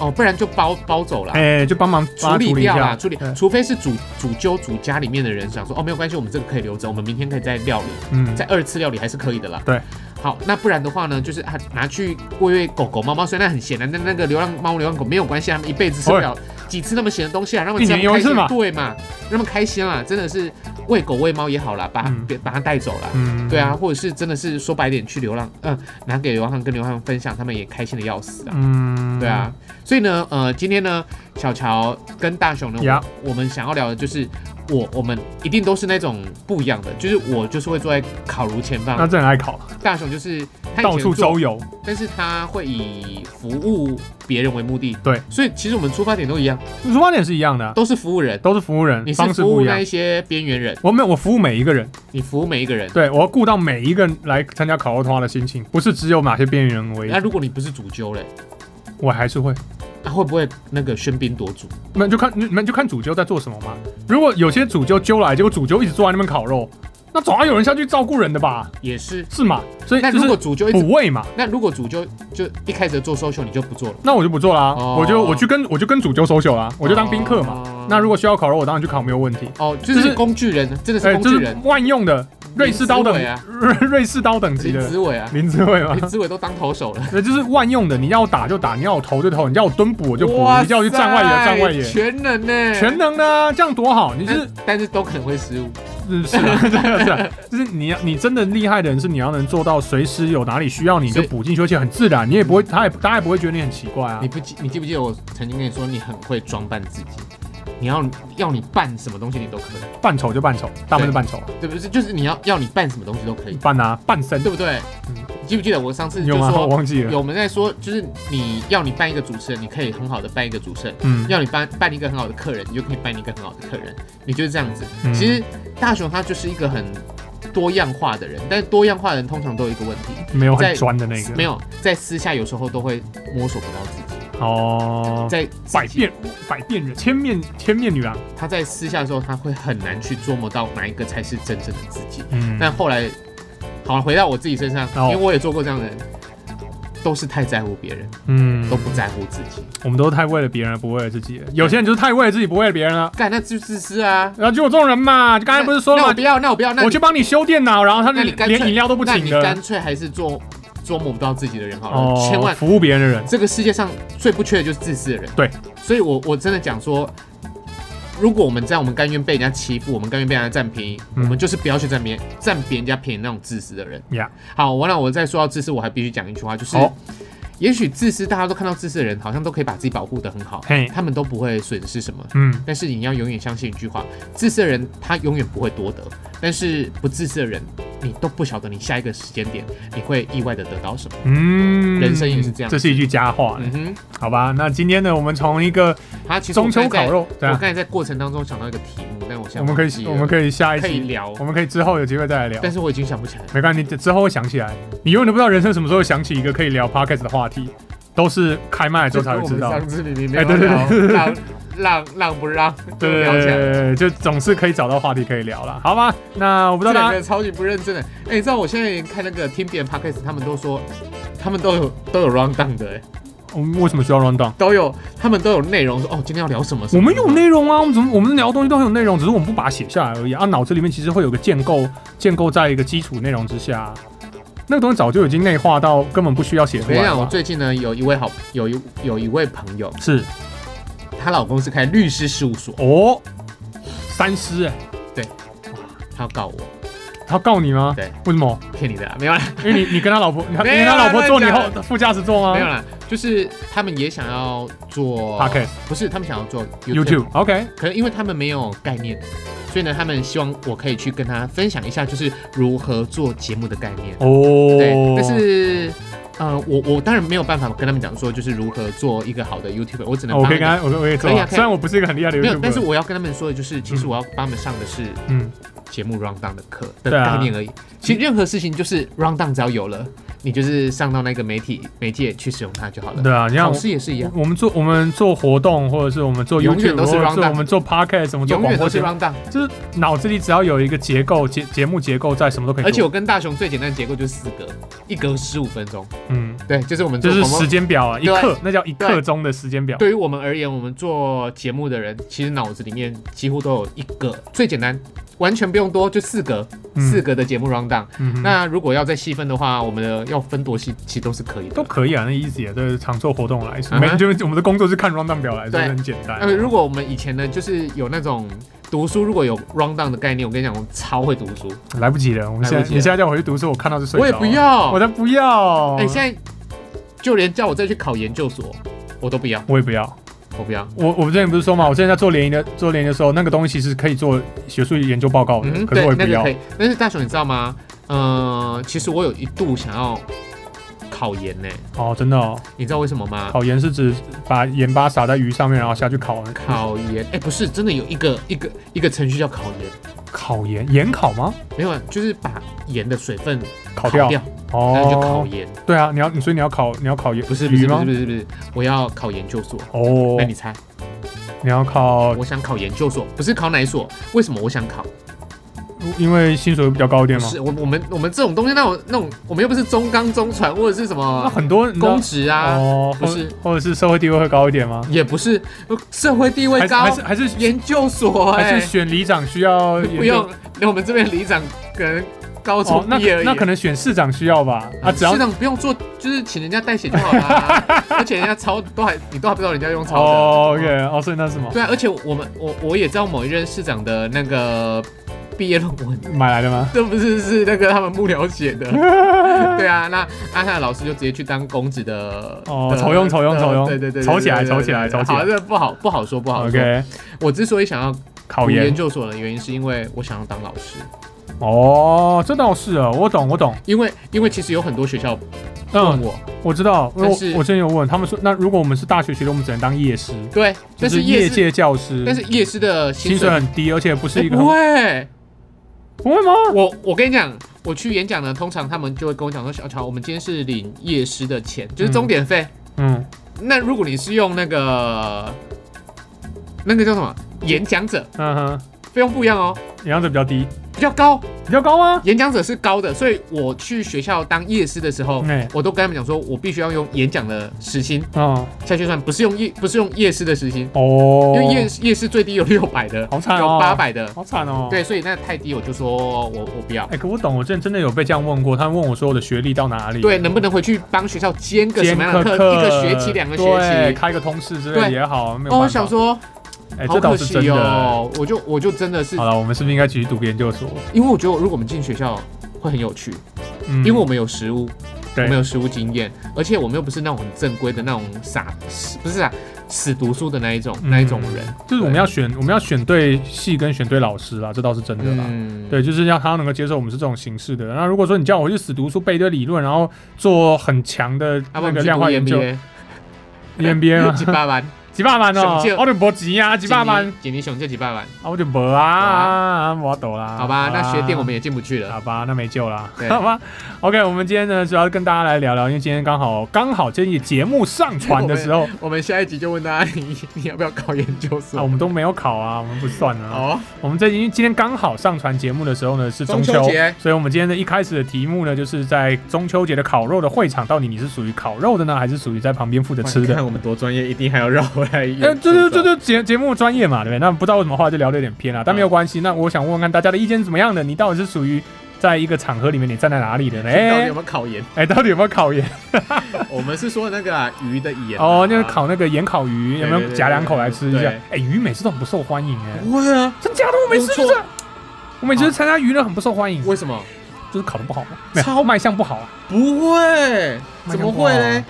B: 哦，不然就包包走了。
A: 哎，就帮忙
B: 处
A: 帮他
B: 理
A: 一
B: 掉啦，
A: 下，哎
B: 处理
A: 对，
B: 除非是主主揪主家里面的人想说，哦，没有关系，我们这个可以留着，我们明天可以再料理。
A: 嗯
B: 在，二次料理还是可以的啦。
A: 对，
B: 好，那不然的话呢，就是啊拿去喂喂狗狗、猫猫，虽然很咸的，那那个流浪猫、流浪狗没有关系，啊他们一辈子吃不了几次那么咸的东西啊，让他们
A: 一
B: 这
A: 年
B: 样开
A: 有一次
B: 心，
A: 嘛
B: 对嘛，让他们开心啊，真的是喂狗喂猫也好啦，把它
A: 嗯
B: 别、把它带走啦。
A: 嗯，
B: 对啊，，或者是真的是说白点去流浪，嗯、拿给流浪汉跟流浪汉分享，他们也开心的要死啊。
A: 嗯，
B: 对啊，，所以呢，呃，今天呢，小乔跟大雄呢
A: Yeah
B: 我我们想要聊的就是我我们一定都是那种不一样的，就是我就是会坐在烤炉前方，
A: 那真的很爱烤，
B: 大雄就是他以前
A: 到处
B: 做
A: 周，游，
B: 但是他会以服务别人为目的。
A: 对，
B: 所以其实我们出发点都一样，
A: 出发点是一样的啊，
B: 都是服务人。
A: 都是服务人
B: 你，是
A: 方式
B: 服
A: 不
B: 务
A: 一
B: 那
A: 样
B: 一。些边缘人，
A: 我没有，我服务每一个人，
B: 你服务每一个人。
A: 对我要顾到每一个人来参加烤肉团的心情，不是只有哪些边缘人为
B: 那，如果你不是主揪嘞，
A: 我还是会。
B: 那、会不会那个喧宾夺主？
A: 那就看你们就看主揪在做什么嘛。如果有些主揪揪来，结果主揪一直坐在那边烤肉，那总要有人下去照顾人的吧？
B: 也是。
A: 是嘛？所以
B: 那
A: 就
B: 如果
A: 是
B: 主揪一直，
A: 补位嘛。
B: 那如果主揪就一开始做 social，你就不做了，
A: 那我就不做啦，
B: 哦
A: 我就我去跟我就跟主揪收手啦，我就当宾客嘛。
B: 哦
A: 那如果需要烤肉，我当然去烤没有问题。
B: 哦，就
A: 就是
B: 是工具人，真的是工
A: 这
B: 具
A: 是
B: 人，
A: 万用的瑞士刀等
B: 林子伟啊
A: 瑞 瑞士刀等级
B: 林
A: 的
B: 子伟啊，
A: 林子伟嘛
B: 林。子伟都当投手了。
A: 那就是万用的，你要打就打，你要我投就投，你要我蹲捕我就捕，
B: 哇
A: 你叫我去站外野
B: 塞
A: 站外野，
B: 全能呢，
A: 全能的啊，这样多好！你是
B: 但但是都可能会失误。
A: 嗯，是啊，是啊，是啊，就是你要你真的厉害的人是你要能做到随时有哪里需要你就
B: 所以
A: 补进去，而且很自然，你也不会，他也大家也不会觉得你很奇怪啊
B: 你。不记你记不记得我曾经跟你说你很会装扮自己？你要要你扮什么东西你都可以，
A: 扮丑就扮丑，大部分
B: 对
A: 扮丑，
B: 对不对？就是你要要你扮什么东西都可以，
A: 扮啊扮身
B: 对，不对？
A: 嗯
B: 你记不记得我上次就
A: 有吗？我
B: 说
A: 忘记了。
B: 有我们在说，就是你要你扮一个主持人，你可以很好的扮一个主持人；
A: 嗯，
B: 要你扮扮一个很好的客人，你就可以扮一个很好的客人。你就是这样子。
A: 嗯
B: 其实大雄他就是一个很多样化的人，但是多样化的人通常都有一个问题，
A: 没有很
B: 在
A: 专的那个，
B: 没有在私下有时候都会摸索不到自己，
A: 哦，
B: 在自己
A: 百变百变人，千面千面女郎。
B: 他在私下的时候，他会很难去琢磨到哪一个才是真正的自己。
A: 嗯，
B: 但后来，好回到我自己身上，
A: 哦
B: 因为我也做过这样的人，都是太在乎别人，
A: 嗯
B: 都，不在乎自己。
A: 我们都太为了别人而不为了自己了，有些人就是太为了自己不为了别人了。
B: 干，那就自私啊！
A: 然后就有这种人嘛，就刚才不是说了
B: 那
A: 嘛
B: 我不，要，那我不要，那
A: 我
B: 你
A: 去帮你修电脑，然后他
B: 那你干脆
A: 连饮料都不
B: 那
A: 请
B: 你
A: 的
B: 干，脆还是做捉摸不到自己的人好了，
A: 哦，
B: 千万。
A: 服务别人的人，
B: 这个世界上最不缺的就是自私的人。
A: 对，
B: 所以我我真的讲说，如果我们这样，我们甘愿被人家欺负，我们甘愿被人家占便宜，
A: 嗯
B: 我们就是不要去占别占别人家便宜那种自私的人。
A: 呀，
B: 好，完了，我再说到自私，我还必须讲一句话，就是
A: 好。
B: 也许自私，大家都看到自私的人，好像都可以把自己保护得很好
A: 嘿，
B: 他们都不会损失什么。
A: 嗯，
B: 但是你要永远相信一句话：自私的人他永远不会多得，但是不自私的人，你都不晓得你下一个时间点你会意外的得到什么。
A: 嗯，
B: 人生也是这样
A: 这是一句佳话，
B: 嗯哼，
A: 好吧？那今天呢，我们从一个
B: 他其实我
A: 中秋
B: 刚才在
A: 烤肉，对
B: 我
A: 啊
B: 刚，才在过程当中想到一个题目，但我
A: 我
B: 想
A: 们可
B: 忘记
A: 以
B: 了
A: 我们可以下一
B: 可以
A: 期，
B: 聊
A: 我，们可以之后有机会再来聊
B: 但。是我已经想不起来了。
A: 没关系，之后会想起来。你永远都不知道人生什么时候想起一个可以聊 podcast 的话题，都是开麦之后才会知道。
B: 上次明明没
A: 哎
B: 有
A: 对对
B: 聊，让让让不让，就
A: 对
B: 聊
A: 对
B: 起来。
A: 对对，就总是可以找到话题可以聊了，好吧？那我不知
B: 这
A: 道
B: 两
A: 大
B: 个
A: 家
B: 人超级不认真的。哎，你知道我现在看那个听别人 podcast，他们都说，他们都有都有 round down 的，哎
A: 我们为什么需要 round down？
B: 都有他们都有内容说，哦，今天要聊什么？什
A: 我
B: 么
A: 们有内容啊，我们怎么我们聊的东西都很有内容，只是我们不把它写下来而已啊。脑子里面其实会有个建构，建构在一个基础内容之下，那个东西早就已经内化到根本不需要写
B: 我
A: 出
B: 跟你
A: 来了
B: 讲，我
A: 嘛。
B: 最近呢有一位好有一有一位朋友，
A: 是
B: 她老公是开律师事务所，
A: 哦，三思哎、
B: 他要告我
A: 他告你吗？
B: 对，
A: 为什么？
B: 骗你的啊，没有啦，
A: 因为你你跟他老婆，你
B: 没有
A: 跟
B: 啊
A: 他老婆坐你
B: 乱
A: 后
B: 讲
A: 副驾驶座吗？啊
B: 没有啦， 就是他们也想要 做
A: Podcast
B: 不是他们想要做 YouTube，
A: YouTube OK，
B: 可能因为他们没有概念，所以呢，他们希望我可以去跟他分享一下，就是如何做节目的概念。
A: 哦，
B: 对，但是。呃，我我当然没有办法跟他们讲说，就是如何做一个好的 YouTube，我只能
A: 哦我
B: 帮
A: 可以
B: 他
A: 跟
B: 们
A: 他，我可以我可以做
B: 可以
A: 啊，
B: 啊可以啊
A: 虽然我不是一个很厉害的
B: 没有，
A: YouTube，
B: 但是我要跟他们说的就是，其实
A: 嗯
B: 我要帮他们上的是
A: 嗯，
B: 节目 round down 的课的
A: 对啊
B: 概念而已。其实任何事情就是 round down 只要有了，你就是上到那个媒体媒介去使用它就好了。
A: 对啊，你看
B: 考
A: 我
B: 试也是一样，
A: 我们做我们做活动，或者是我们做
B: 永
A: YouTube，
B: 远都
A: 或
B: 是
A: 者
B: round down
A: 我们做 Podcast，我们做
B: 永
A: 广
B: 远
A: 播
B: 都
A: 节
B: 是
A: 目，哎
B: round down。
A: 就是脑子里只要有一个结构节节目结构在，什么都可以做。
B: 而且我跟大雄最简单的结构就是四格，一格十五分钟。
A: 嗯，
B: 对，就是我们
A: 就
B: 做
A: 是
B: 广播
A: 时。间表啊，一
B: 对
A: 刻，那叫一刻
B: 对
A: 钟的时间表。
B: 对于我们而言，我们做节目的人，其实脑子里面几乎都有一个最简单，完全不用多，就四格，
A: 嗯
B: 四格的节目 round down。
A: 嗯哼，
B: 那如果要再细分的话，我们的要分多细，其实都是可以的
A: 都。可以啊，那 easy 啊，这是常做活动来说，
B: 嗯哼
A: 没就是我们的工作是看 round down 表来说，
B: 对
A: 很简单。啊
B: 呃，如果我们以前呢，就是有那种读书如果有 round down 的概念，我跟你讲，我超会读书，
A: 来不及了，我们现在
B: 来不及
A: 你
B: 了
A: 现在叫我回去读书，我看到就睡着。
B: 我也不，要
A: 我。才不要。
B: 哎、现在就连叫我再去考研究所，我都不要，
A: 我也不要。
B: 我不要。
A: 我我之前不是说嘛，我现在在做联谊的做联谊的时候，那个东西其实可以做学术研究报告的，
B: 嗯，
A: 可是
B: 对
A: 我，也
B: 那
A: 不
B: 个
A: 要
B: 可。以。但是大雄，你知道吗？呃，其实我有一度想要考研呢、
A: 哦，真的哦，
B: 你知道为什么吗？
A: 烤盐是指把盐巴撒在鱼上面，然后下去烤。
B: 考研，哎、不是，真的有一个一个一个程序叫考研，
A: 烤盐，盐烤吗？
B: 没有，啊，就是把盐的水分
A: 烤掉。
B: 然后就考
A: 哦，
B: 研，
A: 对啊，你要你所以你要烤你要烤盐
B: 不是不
A: 鱼
B: 是不
A: 吗
B: 是不？是不是，我要考研究所。哎
A: 哦
B: 那，你猜，
A: 你要烤，
B: 我想考研究所，不是考哪一所？为什么我想考？
A: 因为薪水会比较高一点
B: 不
A: 嘛。
B: 是我我们我们这种东西，那种那种，我们又不是中钢、中船或者是什
A: 那
B: 么
A: 很多人
B: 公职啊，
A: 哦，
B: 不
A: 或
B: 是
A: 或者是社会地位会高一点吗？
B: 也不是社会地位
A: 还是
B: 高
A: 还，是还是
B: 研究所
A: 还
B: 哎、
A: 是选里长需要研究
B: 不用，那我们这边里长可能高
A: 哦
B: 中，
A: 那
B: 毕业而已。
A: 那可能选市长需要吧？啊，只要
B: 市长不用做，就是请人家代写就好 了啊、而且人家抄都还你都还不知道人家用抄的。
A: 哦，OK，哦，所以那是什么
B: 对啊，而且我们我我也知道某一任市长的那个毕业论文，
A: 买来的吗？
B: 这不是是那个他们幕僚写 的。对啊，那阿泰老师就直接去当公职的
A: 哦
B: 的
A: 酬庸酬庸
B: 的
A: 酬庸
B: 对对对，对
A: 酬起来
B: 对对
A: 酬起来
B: 对对
A: 酬起来
B: 好，这不好不好说不好说。
A: OK，
B: 我之所以想要
A: 考
B: 读研
A: 研
B: 究所的原因，是因为我想要当老师，
A: 哦，这倒是啊，我懂我懂，
B: 因为因为其实有很多学校问
A: 嗯，
B: 我，
A: 我知道，我
B: 但是
A: 我之前有问他们说，那如果我们是大学学历，我们只能当夜师，
B: 对，但
A: 就是业
B: 夜市，
A: 界教师，
B: 但是夜市的
A: 薪
B: 薪
A: 水
B: 水
A: 很低，而且不是
B: 哎
A: 一个
B: 不会。
A: 不会吗？
B: 我我跟你讲，我去演讲呢，通常他们就会跟我讲说，小乔，我们今天是领夜师的钱，就是钟点费。
A: 嗯，
B: 那如果你是用那个那个叫什么演讲者，
A: 嗯哼，
B: 费用不一样哦，
A: 营养者比较低，
B: 比较高，
A: 比较高啊。
B: 演讲者是高的，所以我去学校当夜师的时候
A: 哎，
B: 我都跟他们讲说，我必须要用演讲的时薪
A: 嗯，
B: 下去算，不是用夜不是用夜师的时薪，
A: 哦
B: 因，为夜夜师最低有六百的，
A: 好惨哦
B: 有八百的，
A: 好惨哦。
B: 对，所以那太低我就说我我不要
A: 哎、。可我懂，我真真的有被这样问过，他们问我说我的学历到哪里，
B: 对，能不能回去帮学校兼个什
A: 兼
B: 么样的
A: 课
B: 课？一个学期、两个学
A: 对
B: 期。
A: 开个通识之类的
B: 对
A: 也好，没有
B: 哦，
A: 办
B: 我
A: 法
B: 想，说，
A: 哎、
B: 好
A: 这
B: 可哦
A: 倒是真
B: 惜
A: 的。
B: 哦，我就我就真的是
A: 好，了，我们是不是应该继续读个研究所？
B: 因为我觉得如果我们进学校会很有趣，
A: 嗯，
B: 因为我们有实务，我
A: 对
B: 们有实务经验，而且我们又不是那种很正规的那种傻，不是啊，死读书的那一种、
A: 嗯
B: 那一种人。
A: 就是我们要选，我们要选对系跟选对老师啦，这倒是真的啦。
B: 嗯，
A: 对，就是让他能够接受我们是这种形式的。那如果说你叫我去死读书背一堆理论，然后做很强的
B: 啊要不
A: 那个
B: 然我们
A: 量化研
B: 去
A: 究
B: 读 MBA，
A: ，EMBA 啊，
B: 几百万，
A: 几百万哦
B: 熊，借
A: 我就无钱 啊，几百万啊，
B: 锦鲤熊就几百万，
A: 我就无啊，我懂啦。
B: 好吧，那
A: 啦
B: 学电我们也进不去了。
A: 好吧，那没救啦，
B: 对
A: 好吧。OK，我们今天呢，主要跟大家来聊聊，因为今天刚好刚好这一节目上传的时候
B: 我们下一集就问大家，你你要不要考研究所？
A: 啊，我们都没有考啊，我们不算啊。
B: 哦，
A: 我们这因为今天刚好上传节目的时候呢是中秋
B: 中秋节
A: 所以我们今天的一开始的题目呢，就是在中秋节的烤肉的会场，到底你是属于烤肉的呢，还是属于在旁边负责吃的？
B: 看我们多专业，一定还要绕回来。
A: 哎，这就这就节节目专业嘛，对不对？那不知道为什么话就聊得有点偏了、但没有关系。那我想问问看大家的意见是怎么样的？你到底是属于在一个场合里面你站在哪里的呢？
B: 到底
A: 哎
B: 有没有考研？
A: 哎，到底有没有考研？
B: 我们是说那个啊鱼的盐
A: 哦
B: 啊，
A: 就是烤那个盐烤鱼，有没
B: 对
A: 有
B: 对对
A: 夹两口来吃一下
B: 对？
A: 哎，鱼每次都很不受欢迎哎，
B: 不会啊，
A: 真假的？我每啊次就是
B: 不错
A: 我每次参加娱乐很不受欢迎，
B: 为什么？
A: 就是烤的不好嘛，没有
B: 超
A: 卖相不好啊。
B: 不会，
A: 麦
B: 怎
A: 香
B: 么
A: 锅
B: 会
A: 啊
B: 嘞？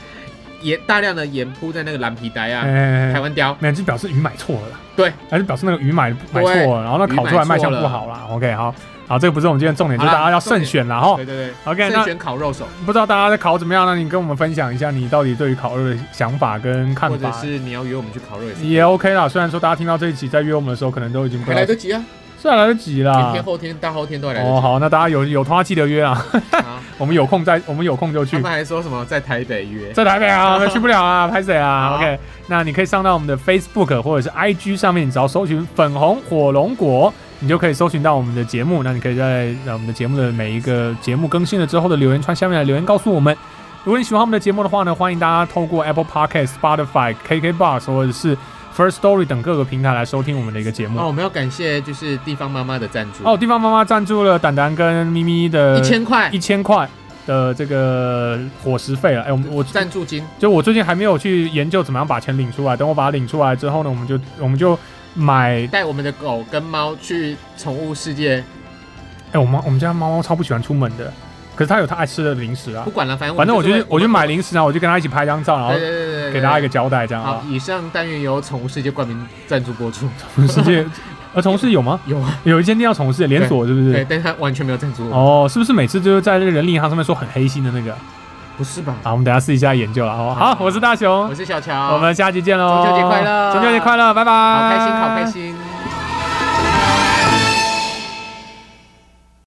B: 盐大量的盐铺在那个蓝皮带啊，
A: 哎
B: 台，湾雕，
A: 没有，就表示鱼买错了啦。
B: 对，
A: 还是表示那个鱼买买
B: 对
A: 错了，然后那烤出来
B: 鱼买错了
A: 卖相不好啦。OK，好，好，这个不是我们今天的重点，就
B: 好
A: 是
B: 啦
A: 大家要慎选啦哈
B: 对。
A: 哦
B: 对
A: OK，
B: 对，
A: 那
B: 慎选烤肉手，
A: 不知道大家在烤怎么样呢？你跟我们分享一下你到底对于烤肉的想法跟看嗯
B: 或者
A: 法。
B: 是你要约我们去烤肉也是，
A: 也 OK 啦，虽然说大家听到这一期在约我们的时候，可能都已经不
B: 还
A: 知
B: 来
A: 道，
B: 得及啊，
A: 虽然来得及
B: 明
A: 啦
B: 天、。后天、大后天都还来
A: 啊哦，
B: 得
A: 好，那大家有有他记得约啊，
B: 及啊。
A: 我们有空再，我们有空就
B: 他
A: 去
B: 们，还说什么在台北约，
A: 在台北 啊，去不了啊，拍谁啊
B: 好
A: ？OK，那你可以上到我们的 Facebook 或者是 IG 上面，你只要搜寻“粉红火龙果”，你就可以搜寻到我们的节目。那你可以在呃我们的节目的每一个节目更新了之后的留言串下面来留言告诉我们。如果你喜欢我们的节目的话呢，欢迎大家透过 Apple Podcast、Spotify、KKBox 或者是 First Story 等各个平台来收听我们的一个节目。
B: 哦，我们要感谢就是地方妈妈的赞助
A: 哦，，地方妈妈赞助了蛋蛋跟咪咪的
B: 一千块
A: 一千块的这个伙食费了。哎、我们我
B: 赞助金，
A: 就我最近还没有去研究怎么样把钱领出来，等我把它领出来之后呢，我们就我们就买。
B: 带我们的狗跟猫去宠物世界，
A: 哎、我们我们家猫猫超不喜欢出门的，可是它有它爱吃的零食啊
B: 不。管了，反正
A: 反正我
B: 就
A: 就是是我就买零食啊，我就跟它一起拍张照，然
B: 会，对
A: 后
B: 对对对对，
A: 给大家一个
B: 个
A: 交代，这样
B: 好。
A: 啊。
B: 以上单元由宠物世界冠名赞助播 出，
A: 宠物世界，呃，宠物世界有吗？
B: 有啊，
A: 有一间店叫宠物世界连锁，是不
B: 对，
A: 是？
B: 但是他完全没有赞助我，
A: 哦，是不是每次就是在那个人力银行上面说很黑心的那个？
B: 不是吧？
A: 好，我们等一下私底下研究了。好，好，我是大
B: 我
A: 熊，
B: 是小乔，
A: 我们下期见喽！
B: 中秋节快乐
A: 中秋节快乐，拜拜！
B: 好开心，好开！心。